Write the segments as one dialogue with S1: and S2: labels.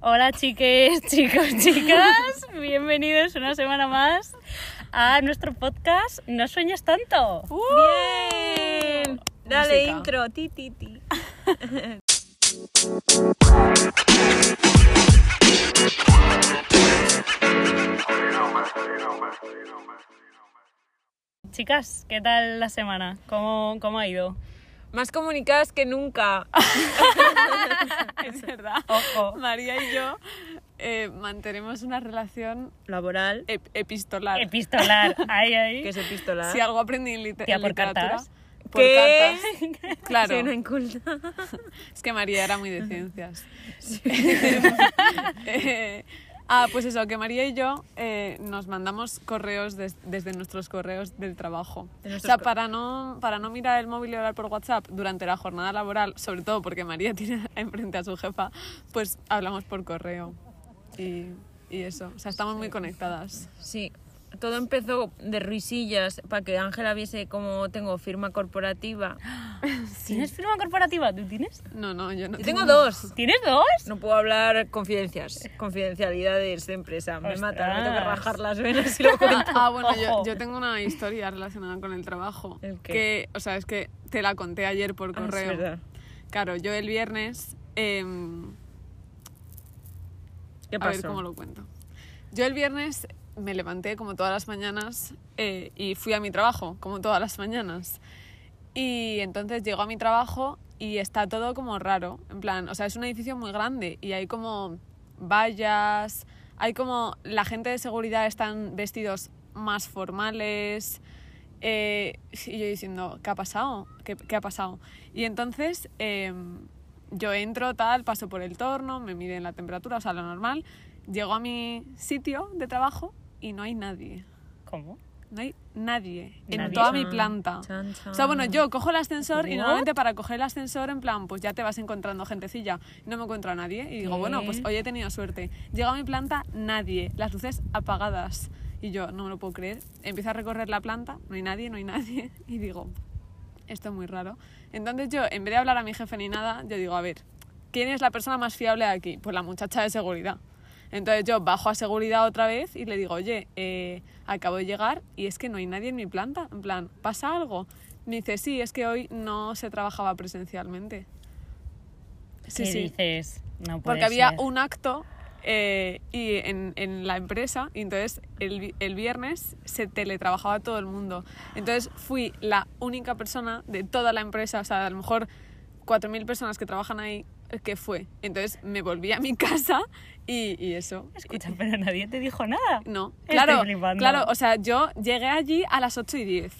S1: Hola chiques, chicos, chicas, bienvenidos una semana más a nuestro podcast No sueñes tanto.
S2: ¡Bien! Dale
S3: Música.
S2: intro, ti ti ti.
S1: Chicas, ¿qué tal la semana? ¿Cómo, cómo ha ido?
S2: Más comunicadas que nunca.
S3: Es verdad.
S1: Ojo.
S3: María y yo eh, mantenemos una relación
S2: Laboral,
S3: ep- epistolar.
S1: Epistolar, ay, ay.
S2: que es epistolar.
S3: si algo aprendí en, lite-
S1: Tía,
S3: en
S1: por
S3: literatura.
S1: cartas.
S3: por
S2: ¿Qué?
S3: cartas, Claro.
S2: Soy una inculta.
S3: Es que María era muy de ciencias. Eh, ah, pues eso, que María y yo eh, nos mandamos correos des- desde nuestros correos del trabajo.
S2: De nuestros
S3: o sea,
S2: co-
S3: para no, para no mirar el móvil y hablar por WhatsApp durante la jornada laboral, sobre todo porque María tiene enfrente a su jefa, pues hablamos por correo. Y, y eso, o sea, estamos muy conectadas.
S2: Sí. Todo empezó de risillas para que Ángela viese cómo tengo firma corporativa.
S1: ¿Tienes firma corporativa? ¿Tú tienes?
S3: No, no, yo no
S2: Yo tengo dos.
S1: ¿Tienes dos?
S2: No puedo hablar confidencias, confidencialidades de empresa. Me mata, me tengo que
S1: Ostras.
S2: rajar las venas y lo cuento.
S3: Ah, bueno, yo,
S1: Ojo.
S3: yo tengo una historia relacionada con el trabajo.
S2: ¿El qué?
S3: Que, o sea, es que te la conté ayer por
S2: Ah, es
S3: correo.
S2: verdad.
S3: Claro, yo el viernes. eh,
S2: ¿Qué
S3: a ver
S2: pasó?
S3: cómo lo cuento. Yo el viernes me levanté como todas las mañanas eh, y fui a mi trabajo, como todas las mañanas. Y entonces llego a mi trabajo y está todo como raro. En plan, o sea, es un edificio muy grande y hay como vallas, hay como. La gente de seguridad están vestidos más formales. Eh, y yo diciendo, ¿qué ha pasado? ¿Qué, qué ha pasado? Y entonces eh, yo entro, tal, paso por el torno, me miden la temperatura, o sea, lo normal. Llego a mi sitio de trabajo y no hay nadie.
S1: ¿Cómo?
S3: No hay nadie en
S1: Nadie.
S3: toda mi
S2: Chan,
S3: planta.
S2: chan, chan.
S3: O sea, bueno, yo cojo el ascensor y
S1: What?
S3: normalmente para coger el ascensor, en plan, pues ya te vas encontrando gentecilla. No me encuentro a nadie y digo,
S1: ¿Qué?
S3: bueno, pues hoy he tenido suerte. Llego a mi planta, nadie, las luces apagadas. Y yo, no me lo puedo creer. Empiezo a recorrer la planta, no hay nadie, no hay nadie. Y digo, esto es muy raro. Entonces yo, en vez de hablar a mi jefe ni nada, yo digo, a ver, ¿quién es la persona más fiable de aquí? Pues la muchacha de seguridad. Entonces yo bajo a seguridad otra vez y le digo, oye, eh, acabo de llegar y es que no hay nadie en mi planta. En plan, ¿pasa algo? Me dice, sí, es que hoy no se trabajaba presencialmente. Sí,
S1: ¿Qué
S3: sí.
S1: dices? No puede
S3: Porque había
S1: ser.
S3: un acto eh, y en, en la empresa y entonces el, vi- el viernes se teletrabajaba todo el mundo. Entonces fui la única persona de toda la empresa, o sea, a lo mejor 4.000 personas que trabajan ahí, eh, que fue. Entonces me volví a mi casa y, y eso.
S1: Escucha, pero nadie te dijo nada.
S3: No,
S1: Estoy
S3: claro,
S1: flipando.
S3: claro, o sea, yo llegué allí a las 8 y 10.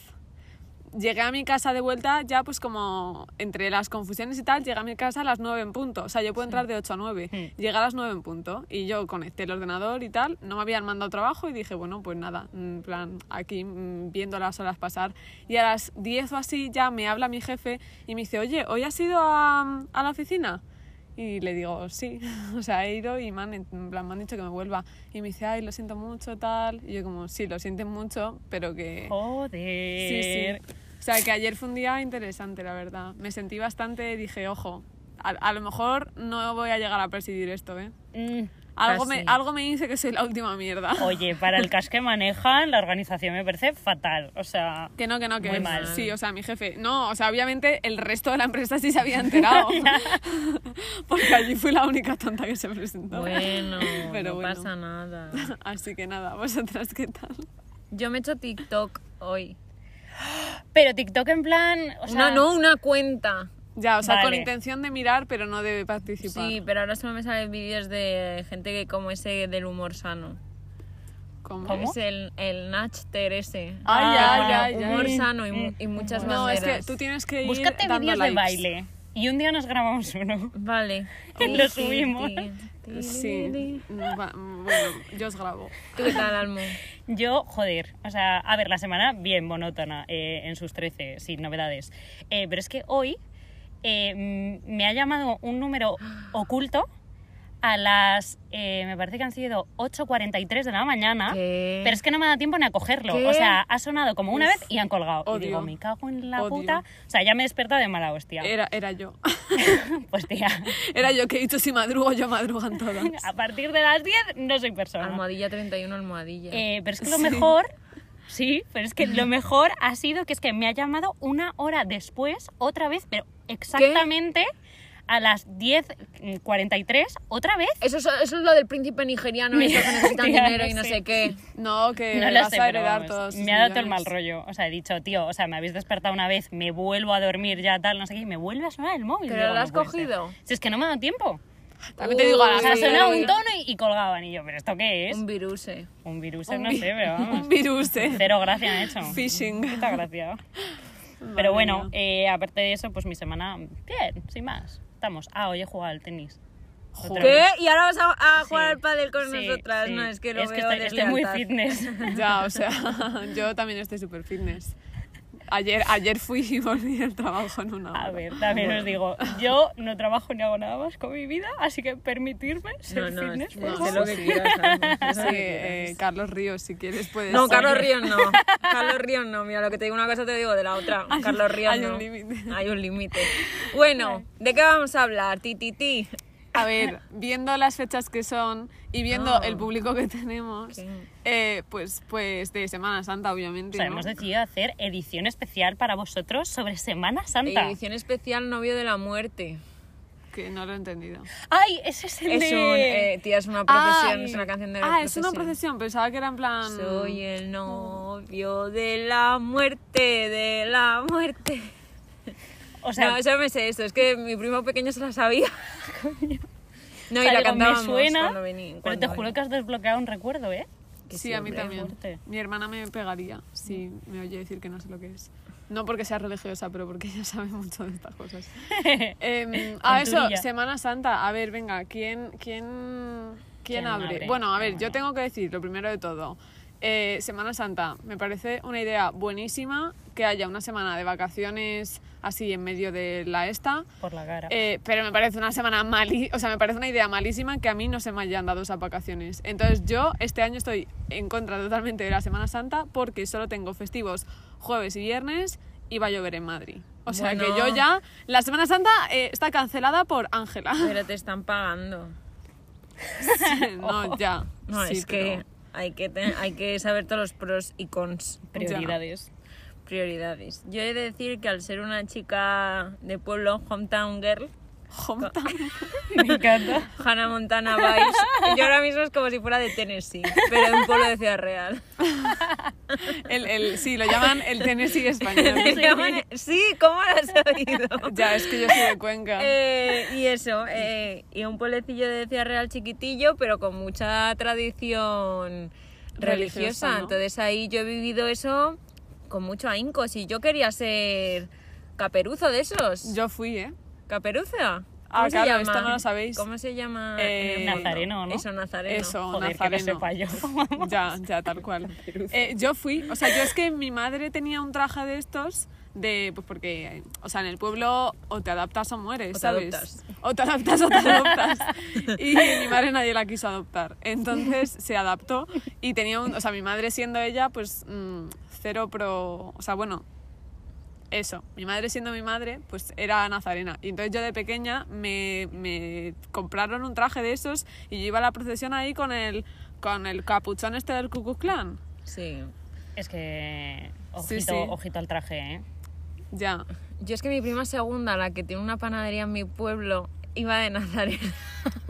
S3: Llegué a mi casa de vuelta ya pues como entre las confusiones y tal, llegué a mi casa a las 9 en punto. O sea, yo puedo entrar de 8 a 9.
S1: Mm.
S3: Llegué a las 9 en punto y yo conecté el ordenador y tal, no me habían mandado trabajo y dije, bueno, pues nada, en plan, aquí mm, viendo las horas pasar. Y a las 10 o así ya me habla mi jefe y me dice, oye, ¿hoy has ido a, a la oficina? Y le digo, sí, o sea, he ido y me han, en plan, me han dicho que me vuelva. Y me dice, ay, lo siento mucho, tal. Y yo como, sí, lo sientes mucho, pero que... Sí, sí.
S1: Joder.
S3: O sea, que ayer fue un día interesante, la verdad. Me sentí bastante, dije, ojo, a, a lo mejor no voy a llegar a presidir esto, ¿eh?
S1: Mm.
S3: Algo me,
S2: Casi.
S3: algo me dice que soy la última mierda.
S1: Oye, para el cash que manejan, la organización me parece fatal. O sea,
S3: Que no, que no, que
S1: Muy mal.
S3: sí, o sea, mi jefe. No, o sea, obviamente el resto de la empresa sí se había enterado. porque allí fui la única tonta que se presentó.
S2: Bueno,
S3: Pero
S2: no
S3: bueno.
S2: pasa nada.
S3: Así que nada, vosotras, ¿qué tal?
S2: Yo me he hecho TikTok hoy.
S1: pero TikTok en plan. O sea,
S2: Una- no, una cuenta.
S3: Ya, o sea, con
S1: Vale.
S3: intención de mirar, pero no de participar.
S2: Sí, pero ahora solo me salen vídeos de gente que como ese del humor sano.
S3: ¿Cómo?
S1: ¿Cómo?
S2: Es el, el Nachter ese.
S3: Ah, ya,
S2: Como
S3: ya, ya.
S2: Humor
S1: Mm,
S2: sano y, mu-
S1: mm.
S2: y muchas
S3: No, es
S2: maneras.
S3: que tú tienes que ir
S1: Búscate
S3: dando
S1: vídeos de
S3: likes.
S1: baile. Y un día nos grabamos uno.
S2: Vale.
S1: Lo subimos.
S3: Sí. Va- bueno, yo os grabo.
S2: ¿Tú qué tal, Almo?
S1: Yo, joder, o sea, a ver, la semana bien monótona eh, en sus 13, sin novedades. Eh, pero es que hoy eh, mm, me ha llamado un número oculto a las, eh, me parece que han sido 8.43 de la mañana.
S2: ¿Qué?
S1: ¿Ah? Pero es que no me da tiempo ni a cogerlo.
S2: ¿Qué?
S1: O sea, ha sonado como una
S3: Uf,
S1: vez y han colgado. Y
S3: odio.
S1: digo, me cago en la
S3: Odio. Eh.
S1: puta. O sea, ya me he despertado de mala hostia.
S3: Era, era yo.
S1: Pues tía,
S3: Era yo que he dicho si madrugo, yo madrugan todas.
S1: a partir de las 10 no soy
S3: Ah,
S1: persona.
S2: Almohadilla 31, almohadilla.
S1: Eh, pero es que lo mejor, sí, pero es que lo mejor ha sido que es que me ha llamado una hora después, otra vez, pero exactamente a las 10.43, otra vez.
S2: Eso, es, eso es lo del príncipe nigeriano,
S1: Mira,
S2: esos que necesitan
S1: tía,
S2: dinero y
S1: no
S2: no
S1: sé.
S2: sé qué.
S3: No, que
S1: No
S3: Eh, me
S1: lo
S3: vas
S1: sé,
S3: a
S1: pero
S3: heredar
S1: vamos,
S3: todos. esos
S1: me ha dado todo el mal
S3: millones.
S1: rollo. O sea, he dicho, tío, o sea, me habéis despertado una vez, me vuelvo a dormir ya tal, no sé qué, y me vuelve a sonar el móvil.
S2: ¿Pero
S1: Digo,
S2: lo
S1: no
S2: has
S1: puede ser.
S2: cogido?
S1: Si es que no me ha dado tiempo.
S3: También te digo, a la
S1: O sea,
S3: que-
S1: sonaba un tono y, y colgaban. Y yo, ¿pero esto qué es?
S2: Un
S1: Un,
S2: virus, eh.
S1: virus,
S3: un
S1: no
S3: vi-
S1: sé, pero
S3: Un
S1: vamos.
S3: virus, eh.
S1: Cero gracia me ha hecho.
S3: Phishing.
S1: Quita gracia.
S3: Madre
S1: Pero bueno,
S3: mía.
S1: eh, aparte de eso, pues mi semana, bien, sin más. Estamos. Ah, hoy he jugado al tenis.
S3: Jo.
S1: otra
S2: ¿Qué?
S1: vez.
S2: ¿Y ahora vas a, a
S1: Sí,
S2: jugar al pádel con
S1: sí,
S2: nosotras?
S1: sí.
S2: No, es que lo veo
S1: estoy, estoy este muy
S2: deslealtad.
S1: fitness.
S3: Ya, o sea, yo también estoy súper fitness. Ayer, ayer fui y volví del trabajo en una hora.
S1: A ver, también os digo, yo no trabajo ni hago nada más con mi vida, así que permitirme
S2: No,
S1: ser
S2: no,
S1: fitness, pues, por
S2: es, no,
S1: favor.
S2: sé lo que quieras. Alma,
S1: Ah,
S2: sé
S3: Sí,
S2: lo que
S3: eh,
S2: quieras.
S3: Carlos Ríos, si quieres, puedes.
S2: No, Carlos Ríos no. Carlos Ríos no. Mira, lo que te digo una cosa te digo de la otra. Carlos Ríos
S3: hay
S2: no.
S3: un límite.
S2: Hay un límite. Bueno, ¿de qué vamos a hablar? Ti, ti, ti.
S3: A ver, viendo las fechas que son y viendo
S2: Ah.
S3: el público que tenemos,
S2: Sí.
S3: eh, pues, pues de Semana Santa,
S1: O
S3: obviamente.
S1: sea,
S3: ¿no?
S1: hemos decidido hacer edición especial para vosotros sobre Semana Santa.
S2: Edición especial Novio de la Muerte.
S3: Que no lo he entendido.
S1: ¡Ay, ese es el
S2: Es
S1: de...
S2: un, eh, tía, es una procesión, es una canción de la
S3: Ah, es una Oh. procesión, pensaba que era en plan.
S2: Soy el novio de la muerte, de la muerte.
S1: O sea,
S2: no, eso me sé eso, es que mi primo pequeño se la sabía. No,
S1: o
S2: y
S1: sea, digo,
S2: la
S1: me
S2: cantábamos
S1: suena,
S2: cuando vení.
S1: pero te juro que has desbloqueado un recuerdo, ¿eh?
S3: Sí, a mí también.
S1: fuerte. Mm.
S3: Mi hermana me pegaría si me oye decir que no sé lo que es. No porque sea religiosa, pero porque ella sabe mucho de estas cosas. Em, a eso,
S1: Cinturilla.
S3: Semana Santa. A ver, venga, ¿quién, quién, quién,
S1: ¿Quién
S3: abre?
S1: abre?
S3: Bueno, a ver,
S1: Ah,
S3: yo
S1: bueno.
S3: tengo que decir lo primero de todo. Eh, semana Santa, me parece una idea buenísima que haya una semana de vacaciones así en medio de la esta.
S1: Por la cara.
S3: Eh, pero me parece una semana mali, o sea, me parece una idea malísima que a mí no se me hayan dado esas vacaciones. Entonces yo este año estoy en contra totalmente de la Semana Santa porque solo tengo festivos jueves y viernes y va a llover en Madrid. O sea que
S2: Bueno.
S3: yo ya la Semana Santa eh, está cancelada por Ángela.
S2: Pero te están pagando.
S3: no, ya.
S2: No,
S3: Sí,
S2: es que
S3: pero-
S2: hay que, te- hay que saber todos los pros y cons.
S1: Prioridades.
S2: Prioridades. Yo he de decir que al ser una chica de pueblo, hometown girl,
S3: Hometown.
S1: Me encanta.
S2: Hannah Montana Vice, yo ahora mismo es como si fuera de Tennessee, pero de un pueblo de Ciudad Real.
S3: El, el- sí, lo llaman el Tennessee
S2: Te
S3: español.
S2: llaman- Sí, ¿cómo lo has oído?
S3: ya, es que yo soy de Cuenca.
S2: Eh, y eso, eh, y un pueblecillo de Ciudad Real chiquitillo, pero con mucha tradición religiosa.
S3: Religiosa, ¿no?
S2: Entonces ahí yo he vivido eso con mucho ahínco. Si yo quería ser caperuzo de esos.
S3: Yo fui, ¿eh?
S2: ¿Caperuza?
S3: Ah,
S2: ¿Cómo se
S3: claro,
S2: llama?
S3: esto no lo sabéis.
S2: ¿Cómo se llama?
S3: Eh,
S2: en el mundo?
S1: Nazareno, ¿no?
S2: Eso, nazareno.
S3: Eso,
S1: Joder, que no
S3: nazareno.
S1: sepa yo.
S3: Ya, ya, tal cual. Eh, yo fui, o sea, yo es que mi madre tenía un traje de estos, de, pues porque, eh, o sea, en el pueblo o te adaptas o mueres,
S2: O te
S3: ¿sabes?
S2: adoptas.
S3: O te adaptas o te adoptas. Y mi madre nadie la quiso adoptar. Entonces se adaptó y tenía un, o sea, mi madre siendo ella, pues mm, cero pro, o sea, bueno, eso, mi madre siendo mi madre, pues era nazarena. Y entonces yo de pequeña me, me compraron un traje de esos y yo iba a la procesión ahí con el, con el capuchón este del Ku Klux Klan.
S2: Sí.
S1: Es que... Ojito,
S3: Sí, sí.
S1: ojito al traje, ¿eh?
S3: Ya.
S2: Yo es que mi prima segunda, la que tiene una panadería en mi pueblo, iba de nazarena.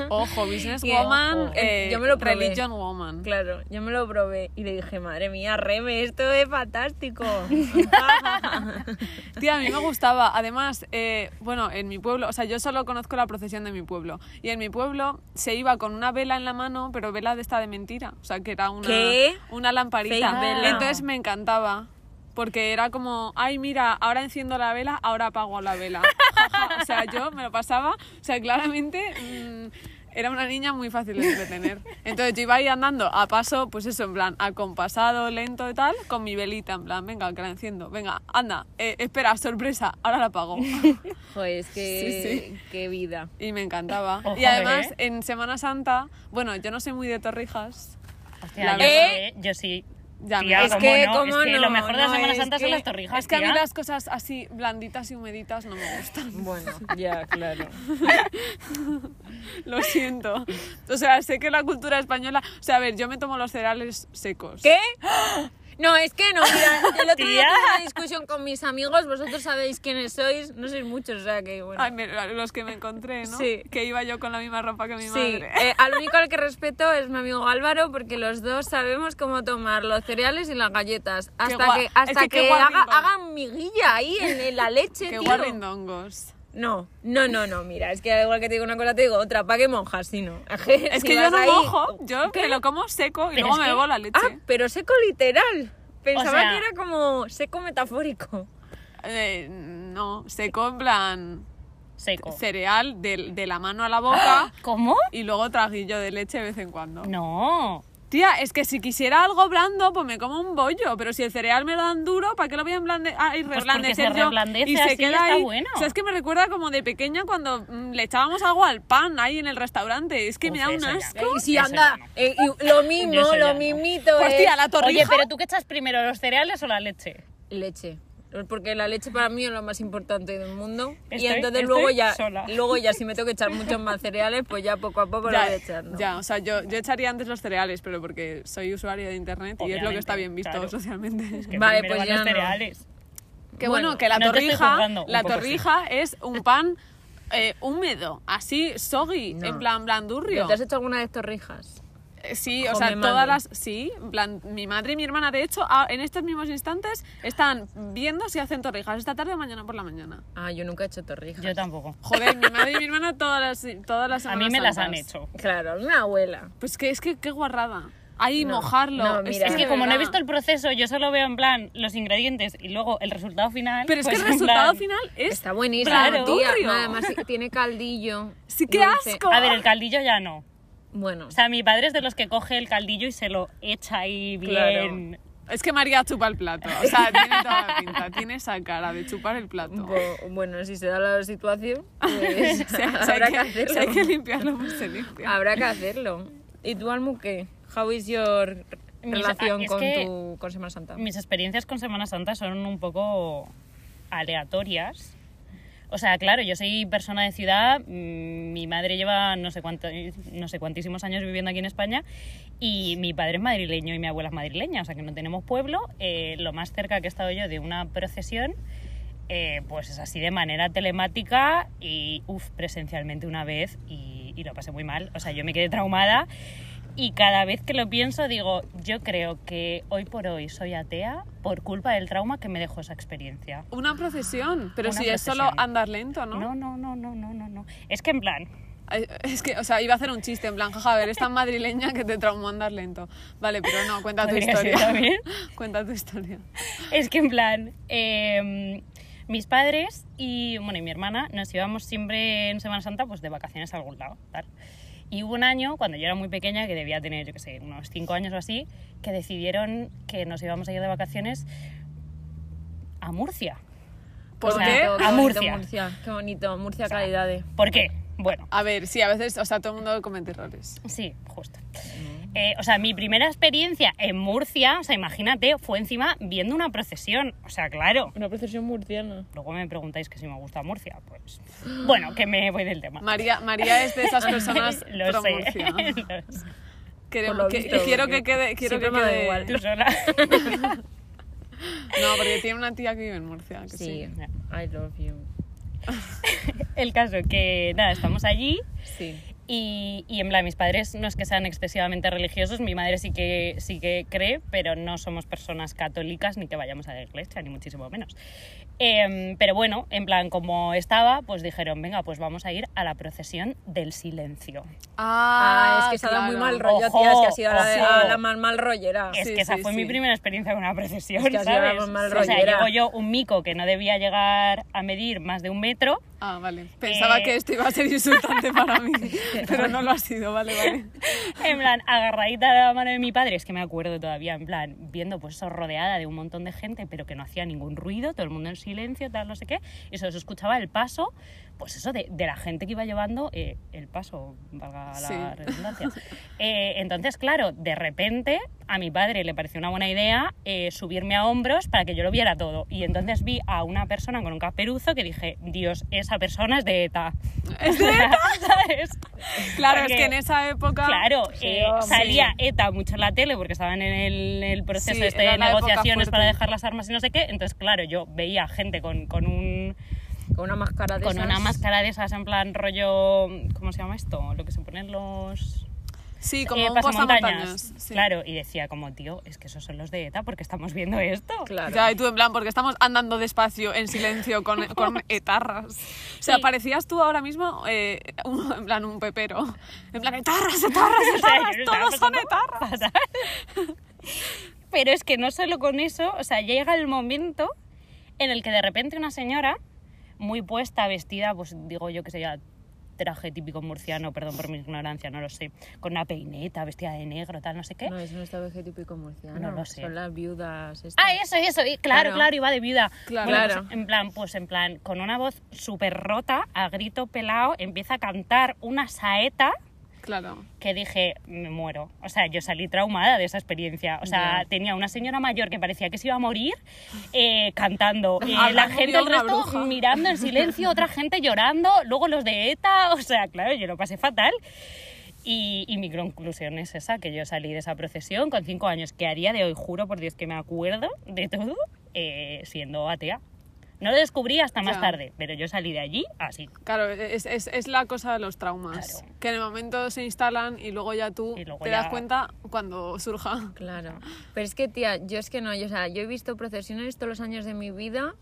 S3: Ojo, business
S2: Y-
S3: woman,
S2: Ojo.
S3: eh,
S2: Yo me lo probé.
S3: religion woman.
S2: Claro, yo me lo probé y le dije, madre mía, Reme, esto es fantástico.
S3: Tía, a mí me gustaba. Además, eh, bueno, en mi pueblo, o sea, yo solo conozco la procesión de mi pueblo. Y en mi pueblo se iba con una vela en la mano, pero vela de esta de mentira. O sea, que era una,
S2: ¿Qué?
S3: una lamparita.
S2: Fake vela.
S3: Entonces me encantaba. Porque era como, ay, mira, ahora enciendo la vela, ahora apago la vela. Ja, ja. o sea, yo me lo pasaba. O sea, claramente. mm, Era una niña muy fácil de entretener. Entonces yo iba ahí andando a paso, pues eso, en plan, acompasado, lento y tal, con mi velita, en plan, venga, que la enciendo, venga, anda, eh, espera, sorpresa, ahora la apago.
S2: Joder, es que.
S3: Sí,
S2: Qué vida.
S3: Y me encantaba.
S1: Ojo,
S3: y además,
S1: ¿eh?
S3: en Semana Santa, bueno, yo no soy muy de torrijas.
S1: Hostia,
S3: La
S1: yo,
S2: verdad-
S1: yo sí.
S3: Ya
S1: Tía,
S3: me-
S2: Es
S1: ¿cómo
S2: que,
S1: no?
S2: ¿cómo
S1: es que
S2: no?
S1: lo mejor de la
S2: No,
S1: Semana
S2: es
S1: Santa son
S2: que-
S1: las torrijas.
S3: Es que a mí
S1: tía.
S3: las cosas así blanditas y humeditas no me gustan.
S2: Bueno, ya, claro.
S3: Lo siento. O sea, sé que la cultura española. O sea, a ver, yo me tomo los cereales secos.
S2: ¿Qué? No, es que no, mira, el otro día
S1: Tía.
S2: tuve una discusión con mis amigos, vosotros sabéis quiénes sois, no sois muchos, o sea que bueno.
S3: Ay, me- los que me encontré, ¿no?
S2: Sí.
S3: Que iba yo con la misma ropa que mi
S2: Sí,
S3: madre.
S2: eh, al único al que respeto es mi amigo Álvaro porque los dos sabemos cómo tomar los cereales y las galletas. Hasta
S3: gua-
S2: que,
S3: es
S2: hasta
S3: que
S2: que,
S3: qué guarrindón.
S2: haga- hagan miguilla ahí en, en la leche,
S3: Qué
S2: tío.
S3: guarrindongos.
S2: No, no, no, no, mira, es que al igual que te digo una cosa, te digo otra, ¿para qué monjas si no? Si
S3: Es que yo
S2: vas
S3: no
S2: ahí-
S3: mojo, yo
S2: ¿Qué?
S3: me lo como seco y
S1: Pero
S3: luego
S1: es
S3: me
S1: que-
S3: bebo la leche.
S2: Ah, pero seco literal. Pensaba
S1: sea-
S2: que era como seco metafórico.
S3: Eh, no, seco en plan
S1: Seco.
S3: cereal de, de la mano a la
S2: Ah.
S3: boca
S1: ¿Cómo?
S3: y luego traguillo de leche de vez en cuando.
S1: No.
S3: Tía, es que si quisiera algo blando, pues me como un bollo, pero si el cereal me lo dan duro, ¿para qué lo voy a emblande- a ir
S1: Pues porque
S3: reblandecer
S1: se
S3: yo?
S1: reblandece,
S3: y se
S1: así
S3: queda
S1: está
S3: ahí.
S1: bueno.
S3: O sea, es que me recuerda como de pequeña cuando mm, le echábamos agua al pan ahí en el restaurante, es que me
S1: Uf,
S3: da un
S1: eso ya.
S3: asco.
S2: Y si
S1: Eso
S2: anda,
S1: ya no.
S2: eh, y lo mismo,
S1: Eso ya
S2: lo eh,
S1: no.
S2: mismito
S3: Pues
S2: es
S3: tía, la torrija.
S1: Oye, pero tú qué echas primero, los cereales o la leche?
S2: leche. Porque la leche para mí es lo más importante del mundo. y
S1: Estoy-
S2: entonces
S1: estoy
S2: luego ya,
S1: sola.
S2: luego ya si me tengo que echar muchos más cereales, pues ya poco a poco lo voy echando.
S3: ya, o sea, yo, yo echaría antes los cereales, pero porque soy usuaria de internet y es lo que está
S1: Obviamente,
S3: bien visto
S1: claro.
S3: socialmente.
S1: Que
S2: Vale,
S1: primero
S2: pues
S1: van
S2: ya
S1: los
S2: no.
S1: cereales.
S3: Que bueno,
S2: Bueno,
S3: que la
S1: no te estoy
S3: torrija,
S1: juzgando, un
S3: la
S1: poco sí.
S3: torrija es un pan eh, húmedo, así soggy,
S2: No.
S3: en plan blandurrio.
S2: ¿Te has hecho alguna de torrijas?
S3: Eh, Sí,
S2: Ojo,
S3: o sea,
S2: mi
S3: todas
S2: madre.
S3: las. Sí, en plan, mi madre y mi hermana, de hecho, a- en estos mismos instantes están viendo si hacen torrijas esta tarde o mañana por la mañana.
S2: Ah, yo nunca he hecho torrijas.
S1: Yo tampoco.
S3: Joder, mi madre y mi hermana todas las, todas las
S1: A mí
S3: Semanas
S1: me las han
S3: Santas.
S1: hecho.
S2: Claro, mi abuela.
S3: Pues que es que qué guarrada. Ahí
S2: No,
S3: mojarlo.
S2: no, mira.
S1: Es
S2: Es
S1: que como no he
S3: verdad.
S1: visto el proceso, yo solo veo en plan los ingredientes y luego el resultado final.
S3: Pero es
S1: pues
S3: que el
S1: en
S3: resultado
S1: plan-
S3: final es.
S2: Está buenísimo,
S1: Claro.
S2: tía.
S3: Blandurrio.
S2: No, además tiene caldillo.
S3: Sí, qué
S2: dulce.
S3: asco.
S1: A ver, el caldillo ya no.
S2: Bueno,
S1: O sea, mi padre es de los que coge el caldillo y se lo echa ahí bien.
S3: Es que María chupa el plato. O sea, tiene toda la pinta. Tiene esa cara de chupar el
S1: Pues,
S3: plato.
S2: bo- pues, bueno, si se da la situación, pues
S3: Si hay- si hay
S2: habrá que,
S3: que,
S2: hacerlo.
S3: si hay que limpiarlo, pues se limpia.
S2: Habrá que hacerlo. ¿Y tú, Almu, qué? How is your
S1: Mis-
S2: relación
S1: es
S2: con,
S1: que-
S2: tu, con Semana Santa?
S1: Mis experiencias con Semana Santa son un poco aleatorias. O sea, claro, yo soy persona de ciudad, mm, mi madre lleva no sé, cuánto, no sé cuantísimos años viviendo aquí en España y mi padre es madrileño y mi abuela es madrileña, o sea que no tenemos pueblo. Eh, lo más cerca que he estado yo de una procesión, eh, pues es así de manera telemática y, uff, presencialmente una vez y, y lo pasé muy mal. O sea, yo me quedé traumada y cada vez que lo pienso digo, yo creo que hoy por hoy soy atea por culpa del trauma que me dejó esa experiencia.
S3: Una procesión, pero
S1: Una
S3: si es
S1: procesión.
S3: solo andar lento, ¿no?
S1: No, no, no, no, no, no, no. Es que en plan,
S3: Ay, Es que, o sea, iba a hacer un chiste en plan, jaja, a ver, es tan madrileña que te traumó andar lento. Vale, pero no, cuenta tu
S1: Podría ser
S3: historia.
S1: también.
S3: cuenta tu historia.
S1: es que en plan, eh, mis padres y, bueno, y mi hermana nos íbamos siempre en Semana Santa pues de vacaciones a algún lado, tal. Y hubo un año, cuando yo era muy pequeña, que debía tener, yo qué sé, unos 5 años o así, que decidieron que nos íbamos a ir de vacaciones a Murcia.
S3: ¿Por
S1: O sea,
S3: qué?
S1: a
S2: bonito
S1: Murcia.
S2: Murcia. Qué bonito, Murcia calidad de...
S1: ¿Por qué? Bueno,
S3: A ver, sí, a veces, o sea, todo el mundo comete errores.
S1: Sí, justo. Eh, o sea, mi primera experiencia en Murcia, o sea, imagínate, fue encima viendo una procesión. O sea, claro.
S2: Una procesión murciana.
S1: Luego me preguntáis que si me gusta Murcia, pues... Bueno, que me voy del tema.
S3: María, María es de esas personas
S1: Lo
S3: pro
S1: sé.
S3: Murcia.
S1: Lo sé.
S3: Queremos-
S2: Por lo
S3: que-
S2: visto,
S3: quiero
S2: porque
S3: que quede... Quiero
S2: siempre
S3: que
S2: me da
S3: quede...
S2: igual.
S1: Tú sola.
S3: No, porque tiene una tía que vive en Murcia. Que sí.
S2: Sí. I love you.
S1: El caso que, nada, estamos allí
S2: Sí.
S1: y, y en plan, mis padres no es que sean excesivamente religiosos, mi madre sí que, sí que cree, pero no somos personas católicas ni que vayamos a la iglesia, ni muchísimo menos. Em, pero bueno, en plan, como estaba, pues dijeron, venga, pues vamos a ir a la procesión del silencio.
S2: Ah, es que se ha dado muy mal rollo,
S1: Ojo,
S2: tía, es que ha sido la, de-
S1: ojo.
S2: a la más mal rollera.
S1: Es
S3: Sí,
S1: que esa
S3: sí,
S1: fue mi
S3: sí.
S1: primera experiencia con una procesión,
S2: Es que ha sido
S1: ¿sabes?
S2: la más
S1: o sea,
S2: rollera.
S1: llego yo un mico que no debía llegar a medir más de un metro.
S3: Ah, vale. Pensaba
S1: Eh.
S3: que esto iba a ser insultante para mí, pero no lo ha sido, vale, vale.
S1: En plan, agarradita de la mano de mi padre, es que me acuerdo todavía, en plan, viendo pues eso rodeada de un montón de gente, pero que no hacía ningún ruido, todo el mundo en silencio, tal, no sé qué, y solo se escuchaba el paso, pues eso de, de la gente que iba llevando eh, el paso, valga la
S3: Sí.
S1: redundancia. Eh, entonces, claro, de repente a mi padre le pareció una buena idea eh, subirme a hombros para que yo lo viera todo, y entonces vi a una persona con un caperuzo que dije, Dios, esa persona es de ETA. ¿Es de ETA? ¿Sabes?
S3: Claro,
S1: Porque-
S3: es que en esa época...
S1: Claro,
S2: Sí,
S1: eh,
S2: hombre.
S1: salía ETA mucho en la tele porque estaban en el, el proceso
S3: Sí,
S1: este
S3: era
S1: de
S3: la época
S1: negociaciones
S3: fuerte.
S1: para dejar las armas y no sé qué. Entonces, claro, yo veía gente con, con, un,
S2: Con una máscara de
S1: con
S2: esas.
S1: una máscara de esas en plan rollo... ¿Cómo se llama esto? Lo que se ponen los...
S3: Sí, como
S1: eh,
S3: un
S1: pasamontañas.
S3: pasamontañas. sí.
S1: Claro, y decía como, tío, es que esos son los de ETA porque estamos viendo esto.
S2: Claro.
S3: Ya, y tú en plan, porque estamos andando despacio, en silencio, con, con etarras. O sea,
S1: Sí.
S3: parecías tú ahora mismo, eh, un- en plan, un pepero. En plan, etarras, etarras,
S1: O sea, yo
S3: etarras,
S1: lo estaba
S3: todos son
S1: pasando
S3: etarras.
S1: fatal. Pero es que no solo con eso, o sea, llega el momento en el que de repente una señora, muy puesta, vestida, pues digo yo que sería traje típico murciano, perdón por mi ignorancia, no lo sé, con una peineta, vestida de negro, tal, no sé qué.
S2: No, es un estableje típico murciano.
S1: No lo sé.
S2: Son las viudas. estas.
S1: Ah, eso, eso, y claro,
S3: Claro.
S1: claro, iba de viuda.
S3: Claro.
S1: Bueno, pues,
S2: Claro.
S1: en plan, pues en plan, con una voz súper rota, a grito pelado, empieza a cantar una saeta.
S3: Claro.
S1: que dije, me muero. O sea, yo salí traumada de esa experiencia. O sea,
S2: Ya.
S1: tenía una señora mayor que parecía que se iba a morir eh, cantando. Eh, la
S3: Habrá
S1: gente,
S3: movido
S1: el
S3: una
S1: resto,
S3: bruja.
S1: mirando en silencio, otra gente llorando, luego los de ETA. O sea, claro, yo lo pasé fatal. Y, y mi conclusión es esa, que yo salí de esa procesión con cinco años, que haría de hoy, juro por Dios que me acuerdo de todo, eh, siendo atea. No lo descubrí hasta más
S3: Ya.
S1: tarde, pero yo salí de allí así.
S3: Claro, es, es- es la cosa de los traumas.
S1: Claro.
S3: Que en el momento se instalan y luego ya tú
S1: Y luego
S3: te
S1: ya-
S3: das cuenta cuando surja.
S2: Claro.
S1: Ah.
S2: Pero es que, tía, yo es que no. Yo, o sea, yo he visto procesiones todos los años de mi vida.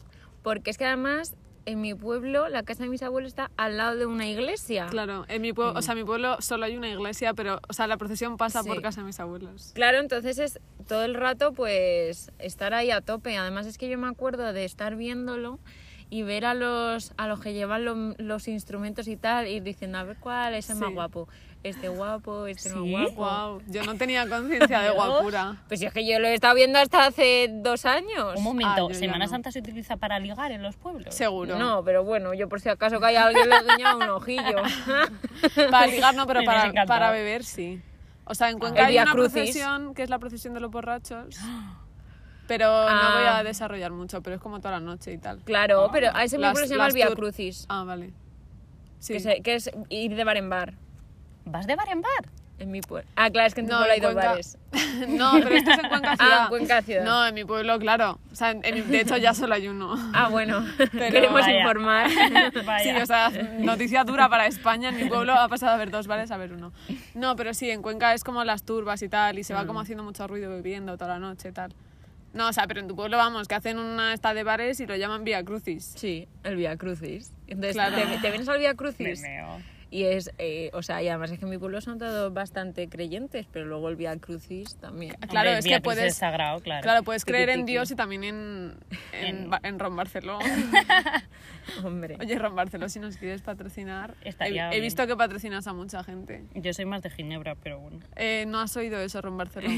S2: Porque es que además, en mi pueblo, la casa de mis abuelos está al lado de una iglesia.
S3: Claro, en mi pueblo, o sea, en mi pueblo solo hay una iglesia, pero, o sea, la procesión pasa
S2: Sí.
S3: por casa de mis abuelos.
S2: Claro, entonces es todo el rato pues estar ahí a tope. Además es que yo me acuerdo de estar viéndolo y ver a los, a los que llevan lo- los instrumentos y tal, ir diciendo, a ver cuál es el más
S3: Sí.
S2: guapo. Este guapo, este más
S1: ¿Sí?
S2: guapo.
S3: Wow, yo no tenía conciencia de
S2: Dios.
S3: guapura.
S2: Pues es que yo lo he estado viendo hasta hace dos años.
S1: Un momento,
S3: Pues, ah, yo ya
S1: ¿Semana
S3: no.
S1: Santa se utiliza para ligar en los pueblos?
S3: Seguro.
S2: No, pero bueno, yo por si acaso que haya alguien le ha guiñado un ojillo.
S3: Para ligar no, pero
S1: Me hubiese
S3: para,
S1: encantado.
S3: para beber sí. O sea, en
S2: El
S3: Cuenca hay
S2: Vía
S3: una
S2: Crucis.
S3: procesión que es la procesión de los borrachos. Pero
S2: Ah.
S3: no voy a desarrollar mucho, pero es como toda la noche y tal.
S2: claro, pero a ese
S3: Las-
S2: pueblo se llama el
S3: las
S2: Via
S3: tur-
S2: Crucis,
S3: Ah, vale. Sí.
S2: que, se- que es ir de bar en bar.
S1: ¿Vas de bar en bar?
S2: En mi pueblo. Ah, claro, es que en tu
S3: No,
S2: pueblo hay
S3: en
S2: dos
S3: Cuenca-
S2: bares.
S3: no, pero esto es en Cuenca
S2: Ah,
S3: ciudad.
S2: en Cuenca ciudad.
S3: No, en mi pueblo, claro. O sea, en- en mi- de hecho ya solo hay uno.
S2: Ah, bueno,
S3: Pero
S2: queremos
S1: vaya.
S2: informar.
S1: Vaya.
S3: Sí, o sea, noticia dura para España. En mi pueblo ha pasado a ver dos bares a ver uno. No, pero sí, en Cuenca es como las turbas y tal, y se va
S1: Mm.
S3: como haciendo mucho ruido bebiendo toda la noche y tal. No, o sea, pero en tu pueblo vamos, que hacen una esta de bares y lo llaman Vía Crucis.
S2: Sí, el Via Crucis. Entonces,
S3: Claro.
S2: te, te vienes al Vía Crucis
S1: Me meo.
S2: y es, eh, o sea, y además es que en mi pueblo son todos bastante creyentes, pero luego el Vía Crucis también.
S3: Claro,
S1: Hombre,
S3: es
S1: Vía
S3: que
S1: Crucis
S3: puedes.
S1: es sagrado, claro.
S3: Claro, puedes
S2: Tiki,
S3: creer en
S2: tiki.
S3: Dios y también en, en, Ba- en Ron Barceló.
S2: Hombre.
S3: Oye, Ron Barceló, si nos quieres patrocinar. he-
S1: Estaría
S3: he,
S1: bien.
S3: visto que patrocinas a mucha gente.
S1: Yo soy más de Ginebra, pero bueno.
S3: Eh, no has oído eso, Ron Barceló.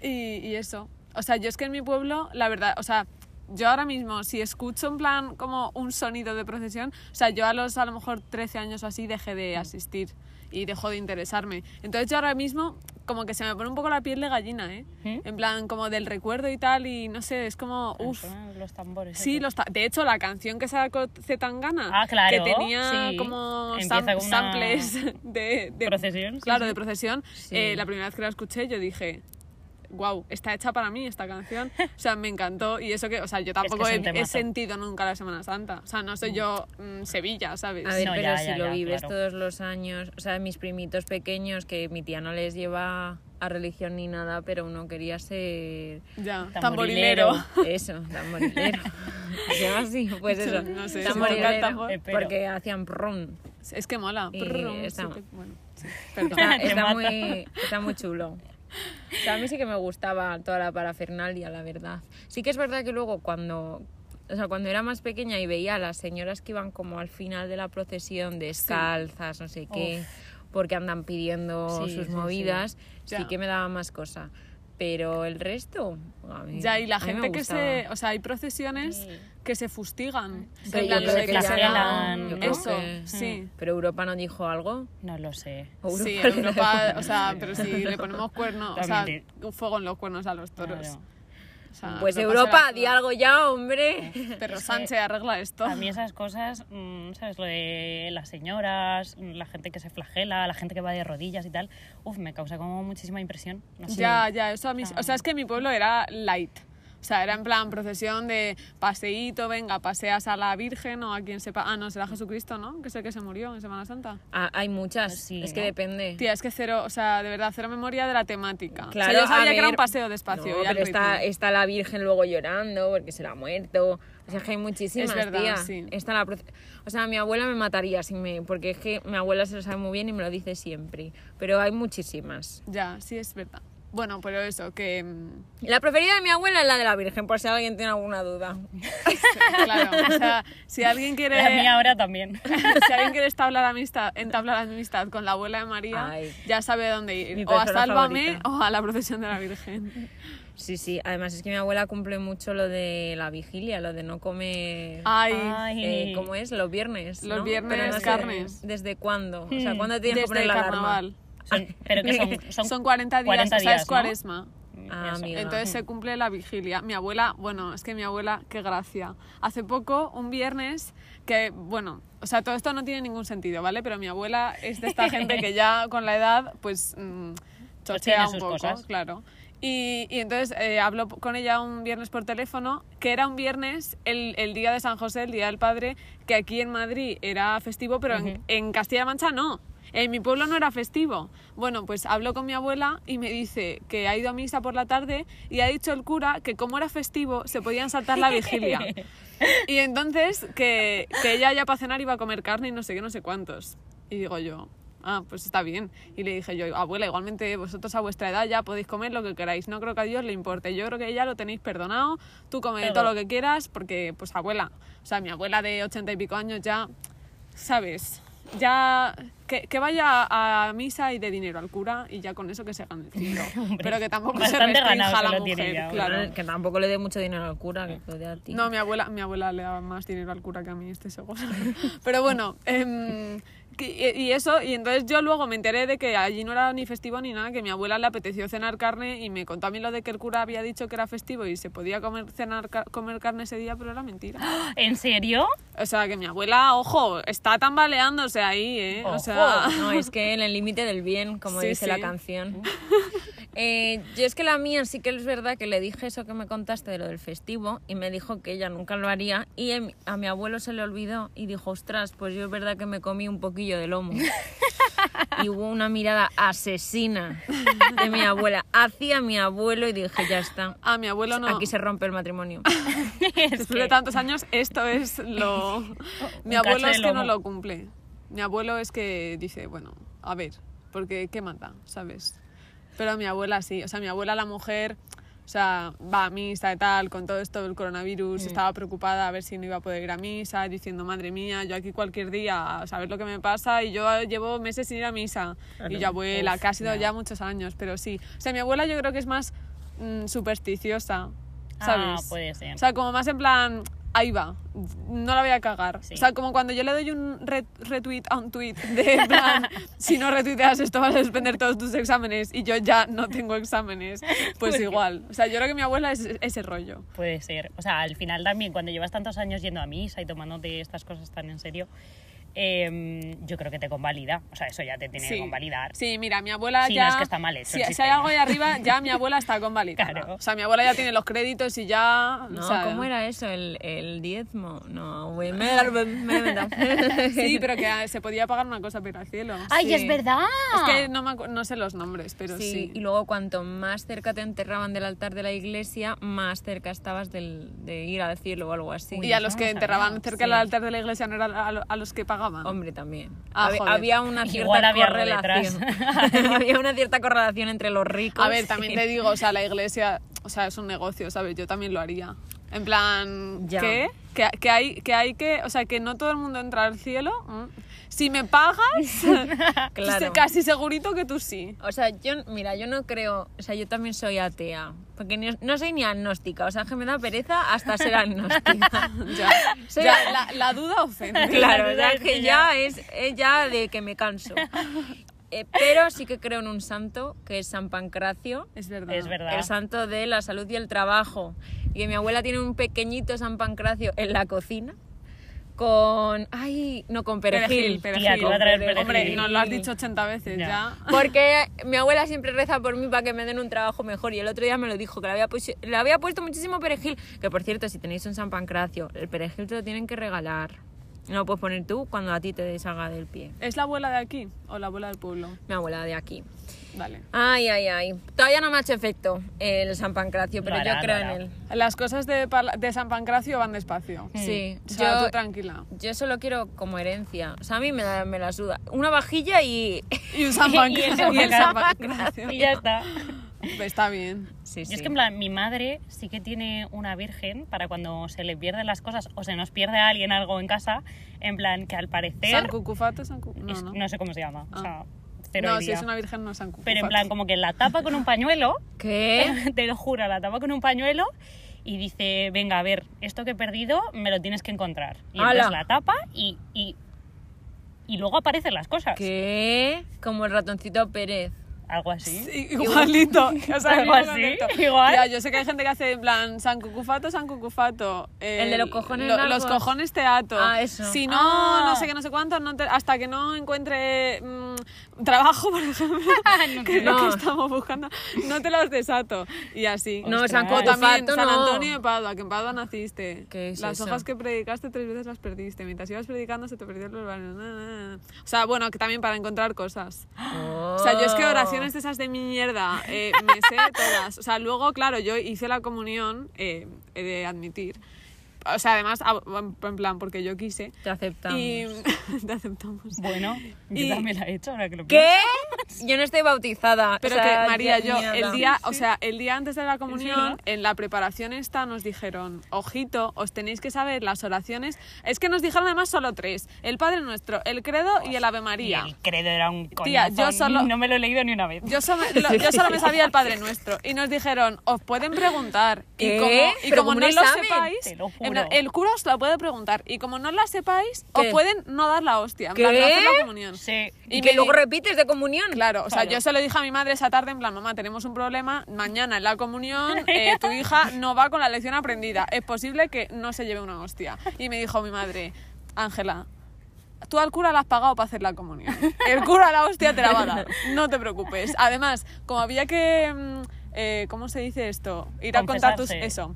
S3: y, y eso. O sea, yo es que en mi pueblo, la verdad, o sea, yo ahora mismo, si escucho en plan como un sonido de procesión, o sea, yo a los a lo mejor 13 años o así dejé de asistir y dejó de interesarme. Entonces yo ahora mismo como que se me pone un poco la piel de gallina, ¿eh?
S1: ¿Mm?
S3: En plan como del recuerdo y tal y no sé, es como, uff.
S1: Suenan Los tambores.
S3: Sí,
S1: esos.
S3: los ta- de hecho, la canción que sacó Zetangana,
S1: Ah, claro,
S3: que tenía
S1: sí.
S3: como
S1: Empieza
S3: sam-
S1: con una
S3: samples de, de-
S1: Procesión, sí,
S3: Claro,
S1: sí.
S3: de procesión.
S2: Sí.
S3: eh, la primera vez que la escuché, yo dije, wow, está hecha para mí esta canción. O sea, me encantó. Y eso que, o sea, yo tampoco
S1: es un
S3: he- he,
S1: temazo.
S3: sentido nunca la Semana Santa. O sea, no soy yo mm, Sevilla, ¿sabes?
S2: A ver,
S1: No,
S2: pero
S1: ya,
S2: si
S1: ya,
S2: lo
S1: ya,
S2: vives
S1: claro.
S2: todos los años, o sea, mis primitos pequeños que mi tía no les lleva a religión ni nada, pero uno quería ser...
S3: Ya, tamborilero.
S1: Tamborilero.
S2: Eso, tamborilero. Se llama así, pues eso.
S3: No sé,
S1: toca
S2: tamborilero.
S1: el tambor.
S2: Porque hacían prum.
S3: Es que mola.
S2: Y
S3: Prrrum,
S2: está-
S3: súper- bueno, sí, perdón.
S2: Está,
S1: Te
S2: está
S1: mata.
S2: muy, está muy chulo. O sea, a mí sí que me gustaba toda la parafernalia, la verdad. Sí que es verdad que luego cuando, o sea, cuando era más pequeña y veía a las señoras que iban como al final de la procesión descalzas, no sé qué, porque andan pidiendo
S1: Sí,
S2: sus
S1: sí,
S2: movidas, sí.
S3: Ya.
S2: que me daba más cosa. Pero el resto, a mí-
S3: Ya, y la
S2: a mí me
S3: gente que se.
S2: gustaba.
S3: O sea, hay procesiones que se fustigan.
S2: Pero
S3: En
S2: yo
S3: plan,
S2: creo
S3: se
S2: que ya no,
S3: flagelan.
S1: yo creo
S3: Eso,
S2: que-
S3: sí.
S2: Pero Europa no dijo algo.
S1: No lo sé.
S2: Europa
S3: Sí,
S2: le
S3: en Europa, o sea, pero si le ponemos cuerno, o sea,
S1: Totalmente.
S3: un fuego en los cuernos a los toros.
S1: Claro.
S3: O sea,
S2: Pues
S3: no
S2: Europa,
S3: pasará
S2: di algo ya, hombre.
S3: nada. Perro
S1: Es que-
S3: Sánchez arregla esto.
S1: A mí esas cosas, mm, ¿sabes? Lo de las señoras, la gente que se flagela, la gente que va de rodillas y tal, uf, me causa como muchísima impresión. No sé.
S3: Ya, ya, eso a mí. O sea,
S1: Ah.
S3: es que mi pueblo era light. O sea, era en plan procesión de paseíto, venga, paseas a la Virgen o a quien sepa. Ah, no, será Jesucristo, ¿no? Que es el que se murió en Semana Santa.
S2: Ah, hay muchas,
S1: Sí,
S2: es que
S1: ¿no?
S2: depende.
S3: Pues Tía, es que cero, o sea, de verdad, cero memoria de la temática. O sea,
S2: Claro,
S3: yo sabía
S2: a
S3: que era un
S2: ver-
S3: paseo despacio.
S2: No,
S3: y al
S2: pero está,
S3: ritmo.
S2: está la Virgen luego llorando porque se la ha muerto. O sea, que hay muchísimas,
S3: Es verdad,
S2: tía.
S3: sí.
S2: Está la proce- o sea, mi abuela me mataría si me... Porque es que mi abuela se lo sabe muy bien y me lo dice siempre. Pero hay muchísimas.
S3: Ya, sí, es verdad. Bueno, pero eso, que. mm,
S2: La preferida de mi abuela es la de la Virgen, por si alguien tiene alguna duda.
S3: Claro, o sea, si alguien quiere.
S1: La mía ahora también.
S3: si alguien quiere establar amistad, entablar amistad con la abuela de María,
S2: Ay.
S3: ya sabe dónde
S2: Mi
S3: ir. O a
S2: persona
S3: Sálvame
S2: favorita.
S3: o a la procesión de la Virgen.
S2: Sí, sí. Además es que mi abuela cumple mucho lo de la vigilia, lo de no comer...
S3: Ay,
S1: Ay.
S2: eh, ¿Cómo es? Los viernes.
S3: Los
S2: ¿no?
S3: viernes,
S2: Pero sé
S3: carnes.
S2: ¿Desde cuándo? O sea,
S1: Hmm.
S2: ¿cuándo tienes
S3: desde
S2: que poner
S3: el
S2: la
S3: carnaval.
S2: alarma?
S1: Son- pero que son, son,
S3: Son 40 días,
S1: 40
S3: o sea, es
S1: días, ¿no?
S3: cuaresma.
S2: Ah,
S1: Eso.
S2: amiga.
S3: Entonces se cumple la vigilia. Mi abuela, bueno, es que mi abuela, qué gracia. Hace poco, un viernes, que, bueno, o sea, todo esto no tiene ningún sentido, ¿vale? Pero mi abuela es de esta gente que ya con la edad, pues, mm, chochea
S1: tiene sus
S3: un poco,
S1: cosas.
S3: claro. Y, y entonces eh, habló p- con ella un viernes por teléfono, que era un viernes, el, el día de San José, el día del padre, que aquí en Madrid era festivo, pero en-
S1: Ujú.
S3: en, Castilla-La Mancha no. En mi pueblo no era festivo. Bueno, pues habló con mi abuela y me dice que ha ido a misa por la tarde y ha dicho el cura que como era festivo se podían saltar la vigilia. Y entonces que, que ella ya para cenar iba a comer carne y no sé qué, no sé cuántos. Y digo yo, ah, pues está bien. Y le dije yo, abuela, igualmente vosotros a vuestra edad ya podéis comer lo que queráis. No creo que a Dios le importe. Yo creo que ya lo tenéis perdonado. Tú come
S1: Todo.
S3: todo lo que quieras porque, pues abuela, o sea, mi abuela de ochenta y pico años ya, ¿sabes? Ya que, que vaya a misa y de dinero al cura y ya con eso que se gane el cielo. Pero que tampoco se
S1: bastante
S3: restrinja
S1: ganado
S3: a
S1: se
S3: la
S1: lo tiene
S3: mujer,
S1: ya,
S3: claro.
S2: Claro, que tampoco le dé mucho dinero al cura, que lo dé a ti.
S3: No, mi abuela, mi abuela le daba más dinero al cura que a mí, estoy segura. Pero bueno, em, que- y y eso, y entonces yo luego me enteré de que allí no era ni festivo ni nada, que mi abuela le apeteció cenar carne y me contó a mí lo de que el cura había dicho que era festivo y se podía comer, cenar, ca- comer carne ese día, pero era mentira.
S1: ¿En serio?
S3: O sea, que mi abuela, ojo, está tambaleándose ahí, ¿eh? O sea,
S2: No, es que en el límite del bien, como
S3: Sí,
S2: dice
S3: sí.
S2: la canción. Eh, yo es que la mía sí que es verdad que le dije eso que me contaste de lo del festivo y me dijo que ella nunca lo haría y em- a mi abuelo se le olvidó y dijo, ostras, pues yo es verdad que me comí un poquillo de lomo. Y hubo una mirada asesina de mi abuela hacia mi abuelo y dije, ya está.
S3: a mi abuelo Ah, no.
S2: Aquí se rompe el matrimonio.
S1: Es
S3: Después de
S1: que-
S3: tantos años, esto es lo... Mi
S1: Un cacho
S3: abuelo
S1: de
S3: es que no
S1: lomo.
S3: lo cumple. Mi abuelo es que dice, bueno, a ver, porque ¿qué mata? ¿Sabes? Pero mi abuela sí. O sea, mi abuela, la mujer, o sea, va a misa y tal, con todo esto del coronavirus, estaba preocupada a ver si no iba a poder ir a misa, diciendo, madre mía, yo aquí cualquier día, a saber lo que me pasa, y yo llevo meses sin ir a misa. Y yo, abuela, que ha sido ya muchos años, pero sí. O sea, mi abuela yo creo que es más mm, supersticiosa,
S1: Ah,
S3: ¿sabes?
S1: puede ser.
S3: O sea, como más en plan, ahí va, no la voy a cagar.
S1: Sí.
S3: O sea, como cuando yo le doy un re- retweet a un tweet de en plan, si no retuiteas esto vas a suspender todos tus exámenes y yo ya no tengo exámenes, pues igual. O sea, yo creo que mi abuela es ese rollo.
S1: Puede ser. O sea, al final también, cuando llevas tantos años yendo a misa y tomándote estas cosas tan en serio, eh, yo creo que te convalida. O sea, eso ya te tiene que convalidar.
S3: Sí, mira, mi abuela
S1: Sí, no,
S3: ya...
S1: es que está mal hecho
S3: si,
S1: el
S3: si hay
S1: sistema.
S3: algo ahí arriba, ya mi abuela está convalidada.
S1: Claro.
S3: O sea, mi abuela ya tiene los créditos y ya...
S2: No,
S3: o sea,
S2: ¿cómo era eso? ¿El, el diezmo? No, güey, me da- me- me da-
S3: Sí, pero que ah, se podía pagar una cosa pero al cielo.
S1: ¡Ay,
S2: Sí.
S1: es verdad!
S3: Es que no, me acu- no sé los nombres, pero
S2: Sí,
S3: sí.
S2: y luego cuanto más cerca te enterraban del altar de la iglesia, más cerca estabas del- de ir al cielo o algo así.
S1: Uy,
S3: Y a
S1: eso
S3: los
S1: no
S3: que
S1: lo
S3: enterraban
S1: sabía,
S3: cerca del altar de la iglesia no eran a, lo- a los que pagaban.
S2: Hombre, también.
S3: Ah,
S2: Habe-
S3: joder.
S2: había una cierta
S1: Igual había algo
S2: correlación. había una cierta correlación entre los ricos.
S3: a ver, también te digo, o sea, la iglesia, o sea, es un negocio, ¿sabes? Yo también lo haría. En plan,
S2: Ya.
S3: ¿qué? Que, que hay, que hay que, o sea, que no todo el mundo entra al cielo. Mm. Si me pagas,
S2: Claro.
S3: casi segurito que tú sí.
S2: O sea, yo, mira, yo no creo, o sea, yo también soy atea, porque ni- no soy ni agnóstica, o sea, que me da pereza hasta ser agnóstica.
S3: Ya,
S2: Soy
S3: ya,
S2: a-
S3: la, la duda ofende.
S2: Claro,
S1: La
S2: o sea,
S1: verdad es
S2: que
S1: que
S2: ya es, es ya de que me canso. Eh, pero sí que creo en un santo, que es San Pancracio,
S3: Es verdad.
S1: Es verdad.
S2: el santo de la salud y el trabajo. Y que mi abuela tiene un pequeñito San Pancracio en la cocina, con... ¡Ay! No, con perejil.
S3: Perejil,
S1: Tía, te iba a traer
S2: Hombre,
S1: perejil.
S3: Hombre, nos lo has dicho 80 veces
S1: Ya.
S3: ya.
S2: Porque mi abuela siempre reza por mí para que me den un trabajo mejor y el otro día me lo dijo, que le había, puesto- le había puesto muchísimo perejil. Que por cierto, si tenéis un San Pancracio, el perejil te lo tienen que regalar. No lo puedes poner tú cuando a ti te salga del pie.
S3: ¿Es la abuela de aquí o la abuela del pueblo?
S2: Mi abuela de aquí.
S3: Vale.
S2: Ay, ay, ay. Todavía no me ha hecho efecto el San Pancracio,
S1: Lo
S2: pero
S1: hará,
S2: yo
S1: lo
S2: creo
S1: hará.
S2: en él.
S3: Las cosas de, Pala- de San Pancracio van despacio.
S2: Sí,
S3: O sea, tú
S2: yo,
S3: tranquila.
S2: yo solo quiero como herencia. O sea, a mí me la, me la suda. Una vajilla y...
S3: Y un San
S1: Y- y el
S3: Pancracio.
S1: San
S3: y el San
S1: Pancracio.
S3: Pancracio.
S1: Y ya está.
S3: Está bien.
S2: Sí,
S1: Yo es que en plan, mi madre sí que tiene una virgen para cuando se le pierden las cosas o se nos pierde a alguien algo en casa, en plan que al
S3: San
S1: parecer
S3: Cucufato, San Cucu... No,
S1: es-
S3: no.
S1: no sé cómo se llama, o sea,
S3: Ah.
S1: cero
S3: No,
S1: idea.
S3: si es una virgen no es San Cucufato.
S1: Pero en plan como que la tapa con un pañuelo,
S2: ¿Qué?
S1: te lo juro, la tapa con un pañuelo y dice, venga, a ver, esto que he perdido me lo tienes que encontrar. Y
S2: ¡Hala!
S1: entonces la tapa y, y, y luego aparecen las cosas.
S2: ¿Qué? Como el ratoncito Pérez.
S1: Algo así.
S3: Sí, igualito. O sea,
S1: Algo
S3: mismo
S1: así,
S3: concepto.
S1: igual.
S3: Tía, yo sé que hay gente que hace en plan San Cucufato, San Cucufato. eh,
S2: El de los cojones
S3: Los
S2: largos.
S3: cojones te ato.
S2: Ah, eso.
S3: Si no,
S1: Ah.
S3: no sé qué, no sé cuánto, no te- hasta que no encuentre mm, trabajo, por ejemplo, que es lo que
S2: No.
S3: estamos buscando, no te los desato. Y así.
S2: No,
S1: Ostras.
S2: San
S3: O
S1: Cucufato
S3: también
S2: Cotofato
S3: San
S2: no.
S3: Antonio de Padua, que en Padua naciste.
S2: ¿Qué es
S3: las
S2: eso?
S3: hojas que predicaste tres veces las perdiste. Mientras ibas predicando se te perdió el verbal. Na, na, na. O sea, bueno, que también para encontrar cosas. O sea, yo es que
S2: Oh.
S3: oraciones de esas de mierda eh, me sé todas. O sea, luego, claro, yo hice la comunión, eh, he de admitir. O sea, además, a- en en plan, porque yo quise.
S2: Oh. Te aceptamos.
S3: Y te aceptamos.
S1: Bueno, yo
S3: Y-
S1: también la he hecho ahora que lo
S2: ¿Qué? Yo no estoy bautizada.
S3: Pero
S2: o sea,
S3: que, María,
S2: ya-
S3: yo,
S2: mierda.
S3: el día, o sea, el día antes de la
S1: verdad.
S3: comunión, en la preparación esta nos dijeron, ojito, os tenéis que saber las oraciones. Es que nos dijeron además solo tres, el Padre Nuestro, el Credo y el Ave
S1: Y
S3: María.
S1: el credo era un
S3: Tía,
S1: coñazo.
S3: yo solo-
S1: No me lo he leído ni una vez.
S3: Yo solo, lo- yo solo me sabía el Padre Nuestro. Y nos dijeron, os pueden preguntar.
S2: ¿Qué?
S3: Y como, y
S2: Pero
S3: como
S2: como
S3: no
S2: un
S3: lo
S2: examen,
S3: sepáis,
S1: te lo
S3: en plan,
S1: juro.
S3: el cura os la puede preguntar. Y como no la sepáis, os
S2: ¿Qué?
S3: pueden no dar la hostia. en plan,
S2: ¿Qué?
S3: no hacer la comunión.
S1: Sí.
S2: Y,
S3: y
S2: que
S3: me
S2: luego
S3: di-
S2: repites de comunión.
S3: Claro, o sea,
S1: Claro.
S3: yo se lo dije a mi madre esa tarde en plan, mamá, tenemos un problema, mañana en la comunión eh, tu hija no va con la lección aprendida, es posible que no se lleve una hostia. Y me dijo mi madre, Ángela, tú al cura la has pagado para hacer la comunión, el cura la hostia te la va a dar, no te preocupes. Además, como había que, mm, eh, ¿cómo se dice esto? Ir a contar tus...
S1: Confesarse.
S3: Eso.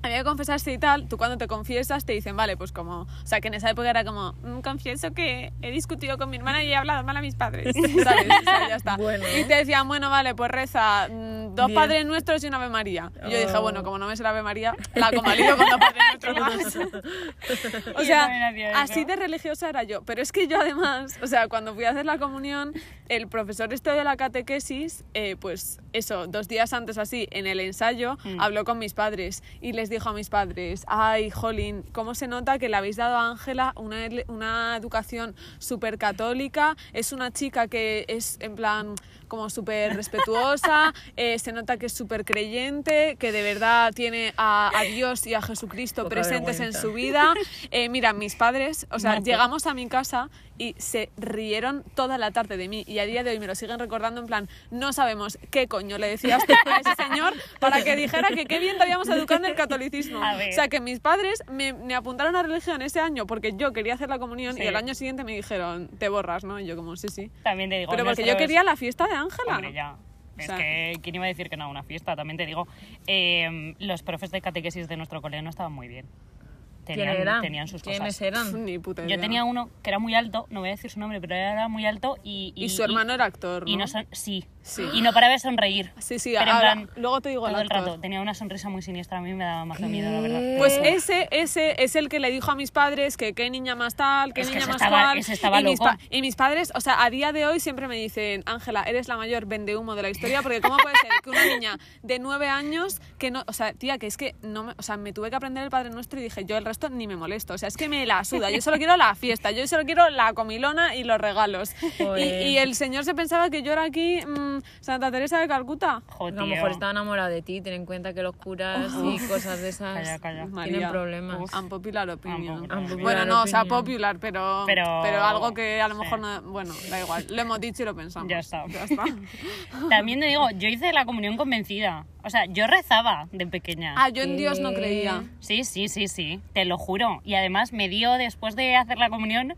S3: Había que confesarse y tal, tú cuando te confiesas te dicen, vale, pues como, o sea, que en esa época era como, "Mm, confieso que he discutido con mi hermana y he hablado mal a mis padres, ¿sabes? O sea, ya está.
S2: Bueno.
S3: Y te decían, bueno, vale, pues reza mm, dos
S2: Bien.
S3: Padres Nuestros y una Ave María. Y yo dije,
S2: Oh.
S3: bueno, como no me sé la Ave María, la convalido con dos Padres Nuestros más. o
S1: Yo también
S3: sea,
S1: hacía eso.
S3: así de religiosa era yo. Pero es que yo además, o sea, cuando fui a hacer la comunión, el profesor este de la catequesis, eh, pues eso, dos días antes o así, en el ensayo,
S1: Mm.
S3: habló con mis padres y les dijo a mis padres, ay, jolín, ¿cómo se nota que le habéis dado a Ángela una, ele- una educación súper católica? Es una chica que es en plan como súper respetuosa, eh, se se nota que es súper creyente, que de verdad tiene a, a Dios y a Jesucristo
S2: Poca
S3: presentes en
S2: vergüenza.
S3: su vida. Eh, mira, mis padres, o sea,
S1: Marco.
S3: llegamos a mi casa y se rieron toda la tarde de mí y a día de hoy me lo siguen recordando en plan, no sabemos qué coño le decías tú a ese señor para que dijera que qué bien te habíamos educado en el catolicismo.
S1: A ver.
S3: O sea, que mis padres me, me apuntaron a religión ese año porque yo quería hacer la comunión
S1: Sí.
S3: y el año siguiente me dijeron, te borras, ¿no? Y yo como, sí, sí.
S1: También te digo.
S3: Pero porque yo
S1: nosotros-
S3: quería la fiesta de Ángela.
S1: Hombre, ya.
S3: O
S1: Es
S3: sea-
S1: que, ¿quién iba a decir que no a una fiesta? También te digo, eh, los profes de catequesis de nuestro colegio no estaban muy bien. Tenían,
S2: ¿Quién era?
S1: tenían sus
S2: ¿Quiénes
S1: cosas.
S3: Pf,
S2: eran?
S3: Ni puta idea.
S1: Yo tenía uno que era muy alto, no voy a decir su nombre, pero era muy alto y...
S3: Y su hermano era actor,
S1: Y
S3: ¿no?
S1: no son- sí.
S3: Sí.
S1: Y no paraba de sonreír.
S3: Sí, sí,
S1: Pero en
S3: ahora-
S1: plan,
S3: luego te digo
S1: Todo el
S3: actor.
S1: rato. Tenía una sonrisa muy siniestra, a mí me daba más miedo, la verdad.
S2: ¿Qué?
S3: Pues ese, ese es el que le dijo a mis padres que qué niña más tal, qué
S1: Es que
S3: niña
S1: ese
S3: más
S1: estaba-
S3: cual.
S1: ese estaba
S3: y, mis
S1: loco.
S3: pa- y mis padres, o sea, a día de hoy siempre me dicen, Ángela, eres la mayor vende humo de la historia, porque ¿cómo puede ser que una niña de nueve años que no, o sea, tía, que es que no me, o sea, me tuve que aprender el Padre Nuestro y dije, yo el resto ni me molesto, o sea, es que me la suda, yo solo quiero la fiesta, yo solo quiero la comilona y los regalos. Y,
S2: Joder.
S1: Pues
S3: y el señor se pensaba que yo era aquí mm, Santa Teresa de Calcuta.
S1: Jo,
S2: A lo
S1: tío.
S2: mejor estaba enamorada de ti, ten en cuenta que los curas y cosas de esas
S1: Calla, calla.
S2: tienen
S3: María.
S2: problemas.
S3: Uf. Unpopular opinion.
S1: Unpopular
S2: Unpopular
S3: bueno, no, o sea,
S2: opinion.
S3: popular, pero,
S1: Pero-
S3: pero, algo que a lo
S1: sí.
S3: mejor no... Bueno, da igual, lo hemos dicho y lo pensamos.
S1: Ya está.
S3: Ya está.
S1: También te digo, yo hice la comunión convencida. O sea, yo rezaba de pequeña.
S3: Ah, yo en
S2: ¿Qué?
S3: Dios no creía.
S1: Sí, sí, sí, sí, te lo juro. Y además me dio después de hacer la comunión,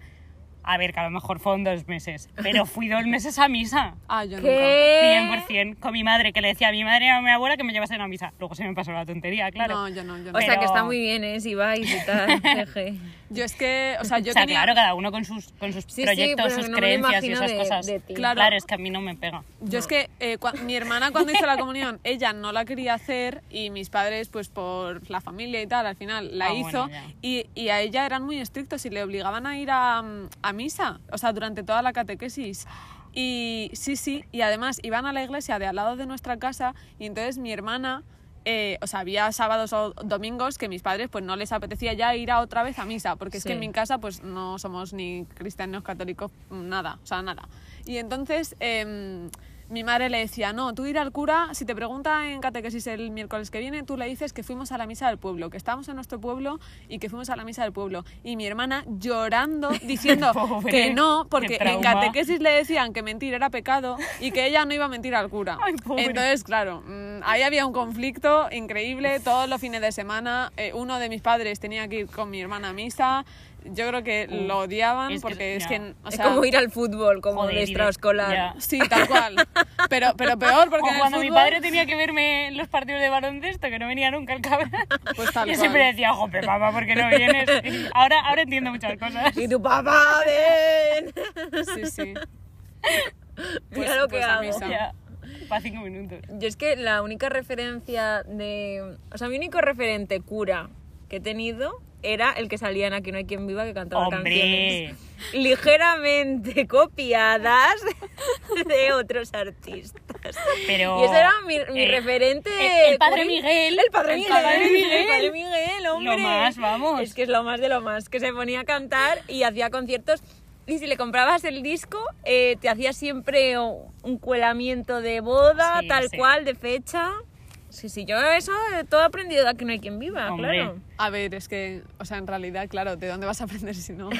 S1: a ver, que a lo mejor fueron dos meses, pero fui dos meses a misa.
S3: Ah, yo nunca.
S2: ¿Qué?
S1: 100% con mi madre, que le decía a mi madre y a mi abuela que me llevasen a misa. Luego se me pasó la tontería, claro.
S3: No, yo no, yo no.
S2: O sea
S1: Pero-
S2: que está muy bien, ¿eh? Si vais y tal, jeje.
S3: Yo es que, o sea, yo
S1: o sea,
S3: tenía...
S1: claro, cada uno con sus, con sus
S2: Sí, sí,
S1: proyectos,
S2: pero
S1: sus
S2: no me lo
S1: creencias y
S2: imagino
S1: esas
S2: de-
S1: cosas.
S2: de ti.
S1: Claro.
S3: Claro.
S1: es que a mí no me pega.
S3: Yo es que eh, cua- mi hermana cuando hizo la comunión, ella no la quería hacer y mis padres, pues por la familia y tal, al final la
S1: Ah, bueno,
S3: hizo
S1: ya.
S3: y, y a ella eran muy estrictos y le obligaban a ir a, mm, a misa, o sea, durante toda la catequesis. Y sí, sí, y además iban a la iglesia de al lado de nuestra casa y entonces mi hermana... eh, o sea, había sábados o domingos que mis padres pues no les apetecía ya ir a otra vez a misa, porque es que en
S2: Sí.
S3: mi casa pues no somos ni cristianos católicos, nada, o sea, nada. Y entonces em, mi madre le decía, no, tú ir al cura, si te pregunta en catequesis el miércoles que viene, tú le dices que fuimos a la misa del pueblo, que estábamos en nuestro pueblo y que fuimos a la misa del pueblo. Y mi hermana llorando, diciendo
S1: Pobre,
S3: que no,
S1: qué
S3: porque en
S1: trauma.
S3: catequesis le decían que mentir era pecado y que ella no iba a mentir al cura.
S1: Ay, pobre.
S3: Entonces, claro, mm, ahí había un conflicto increíble todos los fines de semana. eh, uno de mis padres tenía que ir con mi hermana a misa. Yo creo que lo odiaban
S1: Es que-
S3: porque es
S1: ya.
S3: que... o
S2: es
S3: sea,
S2: como ir al fútbol, como
S1: Joder,
S2: de
S1: y de- ya.
S2: extraescolar.
S3: Sí, tal cual. Pero, pero peor porque
S1: o
S3: en el
S1: cuando mi
S3: fútbol-
S1: padre tenía que verme en los partidos de baloncesto, que no venía nunca el cabrón.
S3: Pues tal
S1: Yo siempre
S3: cual.
S1: decía, jope, papá, ¿por qué no vienes? Y ahora, ahora entiendo muchas cosas.
S2: Y tu papá, ven.
S3: Sí, sí.
S2: Mira lo que
S3: a
S2: hago.
S3: misa.
S1: Ya, para cinco minutos.
S2: Yo es que la única referencia de. O sea, mi único referente cura que he tenido era el que salía en Aquí no hay quien viva que cantaba
S1: Hombre.
S2: canciones ligeramente copiadas de otros artistas.
S1: Pero,
S2: y ese era mi, mi
S1: eh,
S2: referente.
S1: el- el padre
S2: curil.
S1: Miguel.
S2: El padre
S1: El
S2: Miguel.
S1: padre Miguel.
S2: El padre Miguel, hombre.
S1: más, vamos.
S2: Es que es lo más de lo más. Que se ponía a cantar y hacía conciertos. Y si le comprabas el disco, eh, te hacía siempre o- un cuelamiento de boda,
S1: Sí,
S2: tal
S1: sí.
S2: cual, de fecha. Sí, sí, yo eso eh, todo he aprendido de aquí no hay quien viva,
S1: Hombre.
S2: claro.
S3: A ver, es que, o sea, en realidad, claro, ¿de dónde vas a aprender si no?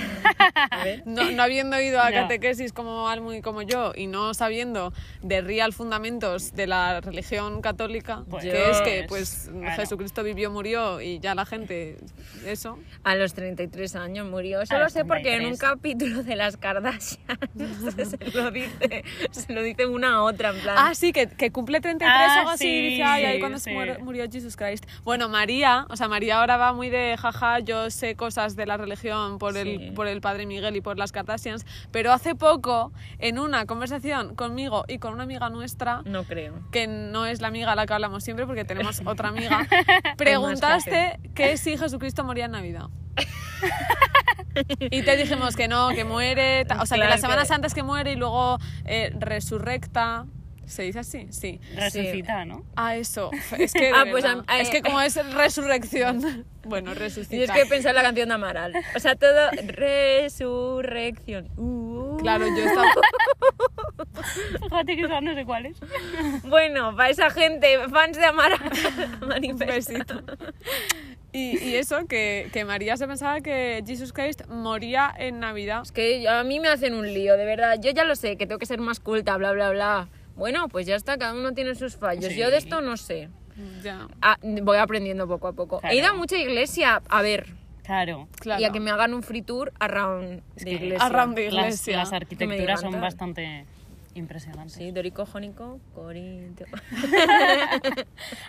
S2: A ver.
S3: No, no habiendo ido a
S1: Ya.
S3: catequesis como Almu y como yo y no sabiendo de real fundamentos de la religión católica,
S1: Pues,
S3: que es que pues
S1: claro.
S3: Jesucristo vivió, murió y ya la gente, eso.
S2: A los 33 años murió.
S1: A
S2: Eso lo
S1: los
S2: sé porque en un
S1: 33.
S2: capítulo de las Kardashian se lo dice, se lo dice una a otra, en plan.
S3: Ah, sí, que, que cumple 33
S1: Ah,
S3: o algo así.
S1: sí,
S3: y dice, ay,
S1: sí,
S3: ahí cuando se
S1: sí.
S3: muero- murió Jesus Christ. Bueno, María, o sea, María ahora va muy de jaja, yo sé cosas de la religión por,
S2: Sí.
S3: el, por el padre Miguel y por las Kardashians, pero hace poco, en una conversación conmigo y con una amiga nuestra,
S2: No creo.
S3: que no es la amiga a la que hablamos siempre porque tenemos otra amiga,
S2: Hay
S3: preguntaste que si Jesucristo moría en Navidad. Y te dijimos que no, que muere, ta- o sea,
S2: Claro
S3: que las
S2: que-
S3: semanas antes que muere y luego eh, resurrecta. ¿Se dice así? Sí.
S1: Resucita, ¿no?
S3: Ah, eso. Es que, de
S2: Ah, pues,
S3: verdad.
S2: a- a-
S3: es que como es resurrección. Bueno, resucita.
S2: Y es que he pensado en la canción de Amaral. O sea, todo. Resurrección. Uh,
S3: Claro, yo estaba...
S1: Fíjate que esas no sé cuáles.
S2: Bueno, para esa gente, fans de Amara, manifesta.
S3: Besito. Y, y eso, que, que María se pensaba que Jesus Christ moría en Navidad.
S2: Es que a mí me hacen un lío, de verdad. Yo ya lo sé, que tengo que ser más culta, bla, bla, bla. Bueno, pues ya está, cada uno tiene sus fallos.
S1: Sí.
S2: Yo de esto no sé.
S3: Ya,
S2: Ah, voy aprendiendo poco a poco.
S1: Claro.
S2: He ido a mucha iglesia, a ver,
S1: Claro.
S3: claro.
S2: y a que me hagan un free tour around de iglesia.
S3: Around the
S1: Las,
S3: iglesia.
S1: las arquitecturas son
S2: encanta.
S1: bastante impresionantes.
S2: Sí, Dorico Jónico, Corinto.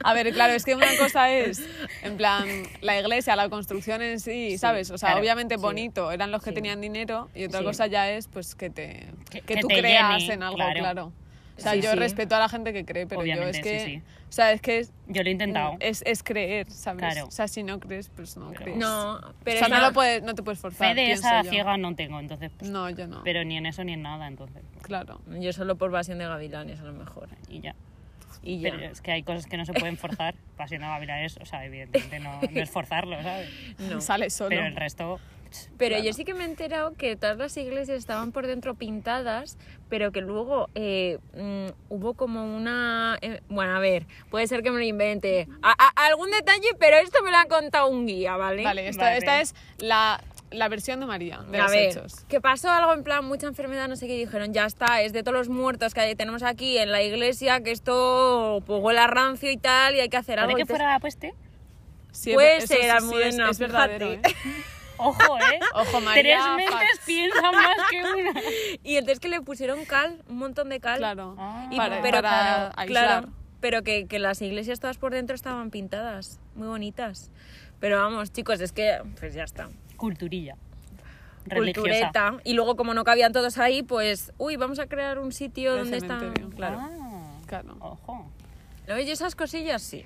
S3: A ver, claro, es que una cosa es, en plan, la iglesia, la construcción en sí, ¿sabes? O sea,
S1: claro,
S3: obviamente
S2: sí,
S3: bonito, eran los que
S2: sí.
S3: tenían dinero, y otra
S2: Sí.
S3: cosa ya es, pues, que te,
S1: Que-
S3: que,
S1: que
S3: tú
S1: te
S3: creas
S1: llene,
S3: en algo,
S1: claro.
S3: claro. O sea,
S2: Sí,
S3: yo
S2: sí.
S3: respeto a la gente que cree, pero yo
S1: Obviamente,
S3: es que,
S1: sí, sí.
S3: o sea, es que es,
S1: Yo lo he intentado.
S2: Eh,
S3: es, es creer, ¿sabes?
S1: Claro.
S3: O sea, si no crees, pues no
S1: Pero-
S3: crees.
S2: No, pero
S3: o sea,
S2: es
S3: no,
S2: una-
S3: lo puedes, no te puedes forzar,
S1: Fe de
S3: pienso
S1: esa
S3: yo.
S1: ciega no tengo, entonces. pues,
S3: No, yo no,
S1: Pero ni en eso ni en nada, entonces.
S3: claro.
S2: Yo solo por pasión de gavilanes, a lo mejor.
S1: Y ya.
S2: Y ya.
S1: Pero es que hay cosas que no se pueden forzar. pues, Pasión de Gavilanes, o sea, evidentemente no, no es forzarlo, ¿sabes?
S2: No.
S3: Sale solo.
S1: Pero el resto.
S2: Pero
S3: Claro.
S2: yo sí que me he enterado que todas las iglesias estaban por dentro pintadas, pero que luego eh, mm, hubo como una... eh, bueno, a ver, puede ser que me lo invente. A- a- algún detalle, pero esto me lo ha contado un guía, ¿vale?
S3: Vale, esta,
S1: Vale.
S3: esta es la, la versión de María, de
S2: a
S3: los
S2: ver,
S3: hechos.
S2: que pasó algo en plan mucha enfermedad, no sé qué, y dijeron, ya está, es de todos los muertos que tenemos aquí en la iglesia, que esto pues, huele a rancio y tal, y hay que hacer
S1: ¿Puede
S2: algo.
S1: que
S2: Entonces,
S1: fuera la peste?
S3: Sí,
S2: Puede
S3: eso
S2: ser,
S3: sí, sí,
S2: Almudena,
S3: es, es verdadero,
S2: fíjate.
S3: ¿eh?
S1: Ojo, ¿eh?
S3: Ojo,
S1: Tres
S3: María,
S1: mentes
S3: facts.
S1: piensan más que una.
S2: Y entonces que le pusieron cal, un montón de cal.
S3: Claro.
S1: Ah.
S2: Y-
S3: para,
S2: pero,
S3: para
S2: claro,
S3: aislar.
S2: claro, pero que, que las iglesias todas por dentro estaban pintadas, muy bonitas. Pero vamos, chicos, es que pues ya está.
S1: Culturilla. Religiosa.
S2: Cultureta. Y luego como no cabían todos ahí, pues, uy, vamos a crear un sitio
S3: El
S2: donde están...
S3: cementerio.
S2: Claro.
S1: Ah,
S3: Claro.
S1: Ojo.
S2: ¿Lo veis? Yo Esas cosillas sí.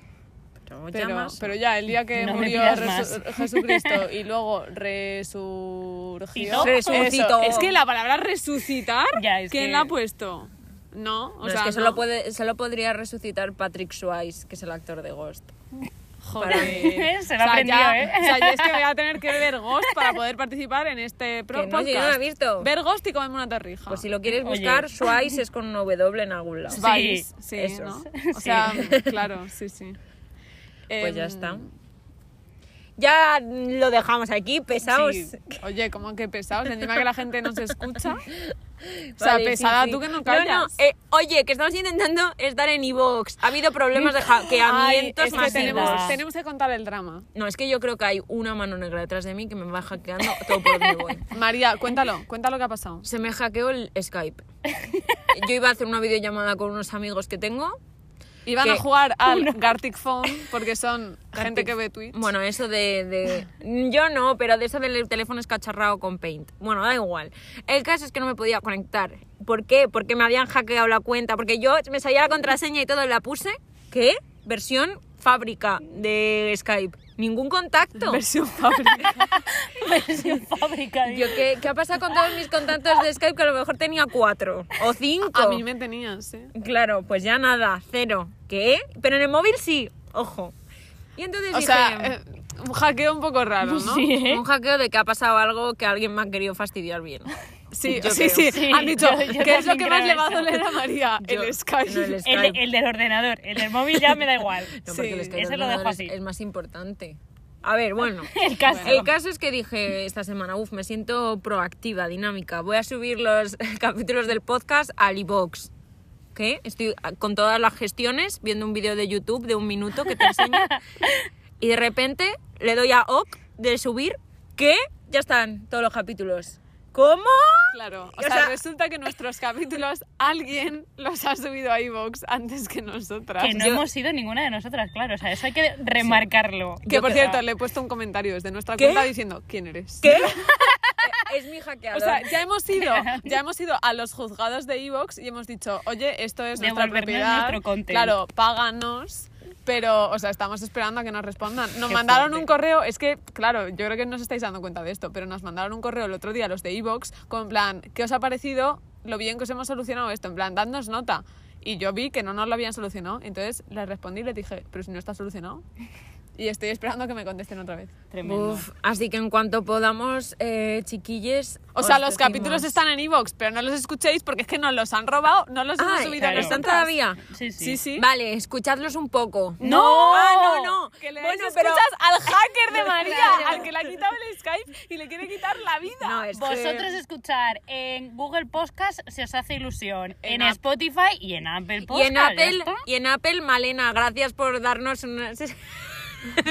S2: Pero, ya
S3: Pero,
S2: más.
S3: pero ya, el día que
S1: No me
S3: murió
S1: pidas
S3: resu- Jesucristo y luego resurgió.
S1: ¿Citó?
S2: Resucitó.
S3: Eso. Es que la palabra resucitar,
S1: Ya, es
S3: ¿quién
S1: que-
S3: la ha puesto? No, o
S2: No,
S3: sea,
S2: es que
S3: no.
S2: solo, puede, solo podría resucitar Patrick Swayze, que es el actor de Ghost.
S3: Joder.
S1: Se lo ha aprendido,
S3: ya-
S1: ¿eh?
S3: O sea, yo es que voy a tener que ver Ghost para poder participar en este pro
S2: Que no, si yo no la he visto.
S3: Ver Ghost y comerme una torrija.
S2: Pues si lo quieres
S1: Oye.
S2: buscar, Swayze es con una W en algún lado.
S1: Sí,
S3: Vais, Ah. sí,
S2: eso.
S3: ¿no?
S1: Sí.
S3: O sea, mm, claro, sí, sí.
S2: Pues ya
S3: Em,
S2: está. Ya lo dejamos aquí, pesados.
S3: sí. Oye, como que pesados, encima que la gente nos escucha. O sea,
S2: Vale, sí,
S3: pesada
S2: sí.
S3: tú que no
S2: No, no,
S3: callas.
S2: eh, oye, que estamos intentando estar en Evox. Ha habido problemas de
S3: Ay,
S2: hackeamientos
S3: es que
S2: masivos.
S3: tenemos, tenemos que contar el drama.
S2: No, es que yo creo que hay una mano negra detrás de mí que me va hackeando todo por donde voy.
S3: María, cuéntalo, cuéntalo qué ha pasado.
S2: Se me hackeó el Skype. Yo iba a hacer una videollamada con unos amigos que tengo.
S3: Iban
S2: Que-
S3: a jugar al Gartic Phone porque son gente que ve Twitch.
S2: Bueno, eso de, de- Yo no, pero de eso del teléfono escacharrado con Paint. Bueno, da igual. El caso es que no me podía conectar. ¿Por qué? Porque me habían hackeado la cuenta. Porque yo me sabía la contraseña y todo, la puse. ¿Qué? Versión fábrica de Skype. Ningún contacto.
S3: Versión fábrica.
S1: Versión fábrica.
S2: Yo, ¿qué, ¿Qué ha pasado con todos mis contactos de Skype? Que a lo mejor tenía cuatro o cinco.
S3: A mí me tenías, ¿eh?
S2: Claro, pues ya nada, cero. ¿Qué? Pero en el móvil sí, ojo. Y entonces
S3: O
S2: dije,
S3: sea, eh, un hackeo un poco raro, ¿no?
S1: Sí, ¿eh?
S2: un hackeo de que ha pasado algo que alguien me ha querido fastidiar bien.
S3: Sí,
S2: Yo
S3: sí,
S2: creo.
S3: sí,
S1: Sí,
S3: Han dicho,
S1: yo- yo
S3: ¿qué es lo
S1: también
S3: que más
S1: creo
S3: le va a
S1: eso.
S3: doler a María?
S2: Yo-
S3: el Skype.
S2: no, el
S1: El,
S2: Skype.
S1: el del ordenador, el del móvil ya me da igual.
S2: No, porque
S3: Sí.
S2: el Skype
S1: Ese
S2: del
S1: lo dejo
S2: ordenador
S1: así.
S2: es- Es más importante. A ver, bueno.
S1: El caso.
S2: El caso es que dije esta semana, uff, me siento proactiva, dinámica. Voy a subir los capítulos del podcast al iVoox. ¿Qué? Estoy a- con todas las gestiones viendo un vídeo de YouTube de un minuto que te enseña. y de repente le doy a OK de subir que ya están todos los capítulos. ¿Cómo?
S3: Claro, o,
S2: O
S3: sea,
S2: sea-
S3: resulta que nuestros capítulos alguien los ha subido a iVoox antes que nosotras.
S1: Que no
S2: Yo-
S1: hemos sido ninguna de nosotras, claro. O sea, eso hay que remarcarlo.
S3: Que, por
S1: O sea,
S3: cierto, le he puesto un comentario desde nuestra
S2: ¿Qué?
S3: cuenta diciendo quién eres.
S2: ¿Qué? es mi hackeador.
S3: O sea, ya hemos ido, ya hemos ido a los juzgados de Evox y hemos dicho, oye, esto es nuestra
S1: Devolvernos
S3: propiedad.
S1: nuestro content.
S3: Claro, páganos. Pero, o sea, estamos esperando a que nos respondan. Nos
S1: Qué
S3: mandaron
S1: fuerte.
S3: un correo, es que, claro, yo creo que no os estáis dando cuenta de esto, pero nos mandaron un correo el otro día los de Evox con plan, ¿qué os ha parecido lo bien que os hemos solucionado esto? En plan, dadnos nota. Y yo vi que no nos lo habían solucionado, entonces les respondí y les dije, pero si no está solucionado. Y estoy esperando que me contesten otra vez.
S1: Tremendo.
S2: Uf, así que en cuanto podamos, eh, chiquilles.
S3: O
S2: os
S3: sea, los
S2: decimos-
S3: capítulos están en Evox, pero no los escuchéis porque es que nos los han robado, no los hemos
S2: Ay,
S3: subido
S1: claro.
S2: ¿Están
S3: nosotras.
S2: todavía?
S1: Sí, sí.
S3: Sí, sí.
S2: Vale, escuchadlos un poco.
S1: No.
S2: Ah, no, no.
S3: Que le
S2: Bueno,
S3: des
S2: pero-
S3: escuchas al hacker de María,
S2: Claro.
S3: al que le ha quitado el Skype y le quiere quitar la vida.
S2: No, es que-
S1: Vosotros escuchar en Google Podcast se os hace ilusión. En,
S3: En App-
S1: Spotify y en Apple
S2: Y
S1: Podcast.
S2: en
S1: ¿ya
S2: Apple,
S1: está?
S2: y en Apple, Malena, gracias por darnos unas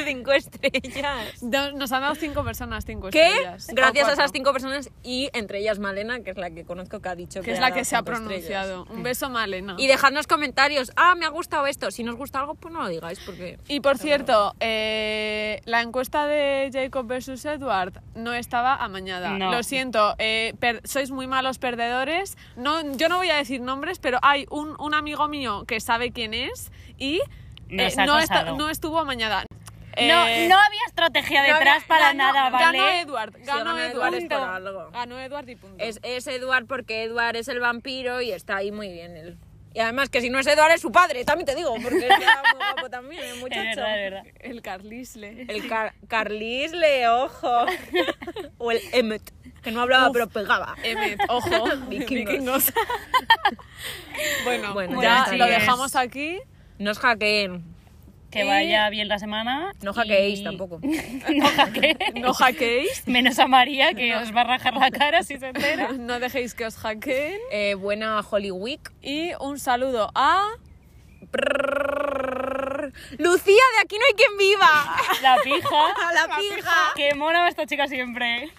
S2: cinco estrellas.
S3: Do- Nos han dado cinco personas, cinco
S2: ¿Qué?
S3: estrellas. O
S2: Gracias a
S3: cuatro,
S2: esas cinco personas y entre ellas Malena, que es la que conozco que ha dicho que
S3: Que es
S2: ha
S3: la
S2: dado
S3: que se ha
S2: cinco
S3: pronunciado.
S2: estrellas.
S3: Un beso, Malena.
S2: Y dejadnos comentarios. Ah, me ha gustado esto. Si nos gusta algo, pues no lo digáis porque
S3: Y por cierto, eh, la encuesta de Jacob versus Edward no estaba amañada.
S1: No.
S3: Lo siento, eh, per- sois muy malos perdedores. No, yo no voy a decir nombres, pero hay un, un amigo mío que sabe quién es y eh,
S1: Nos ha
S3: no, esta-
S1: acosado.
S3: no estuvo amañada. Eh,
S1: No, no había estrategia
S2: no
S1: detrás
S2: había-
S1: para
S2: ganó-
S1: nada, ¿vale?
S3: Ganó Edward, ganó
S2: ganó
S3: Edward.
S2: Edward es por
S3: punto.
S2: algo.
S3: Ganó Edward y punto.
S2: es, es Edward porque Edward es el vampiro y está ahí muy bien él. Y además que si no es Edward es su padre, también te digo, porque es que era muy guapo también, el
S1: Es
S2: muchacho.
S1: verdad, es verdad.
S3: El Carlisle.
S2: El Car Carlisle, ojo. o el Emmet, que no hablaba pero pegaba.
S3: Emmet, ojo,
S2: Vikingos.
S3: vikingos. bueno,
S2: Bueno,
S3: ya
S1: así
S3: lo
S1: es.
S3: dejamos aquí.
S2: No os hackeen.
S1: Que
S3: Y-
S1: vaya bien la semana.
S2: Eh, No
S1: y-
S2: hackeéis tampoco.
S1: no hackeéis.
S3: No hackeéis.
S1: Menos a María, que os va a rajar la cara si se entera.
S3: No dejéis que os hackeen.
S2: Eh, buena Holy Week.
S3: Y un saludo a.
S2: Prrrr. Lucía, de aquí no hay quien viva.
S1: La pija.
S2: La pija.
S1: Que mona va esta chica siempre.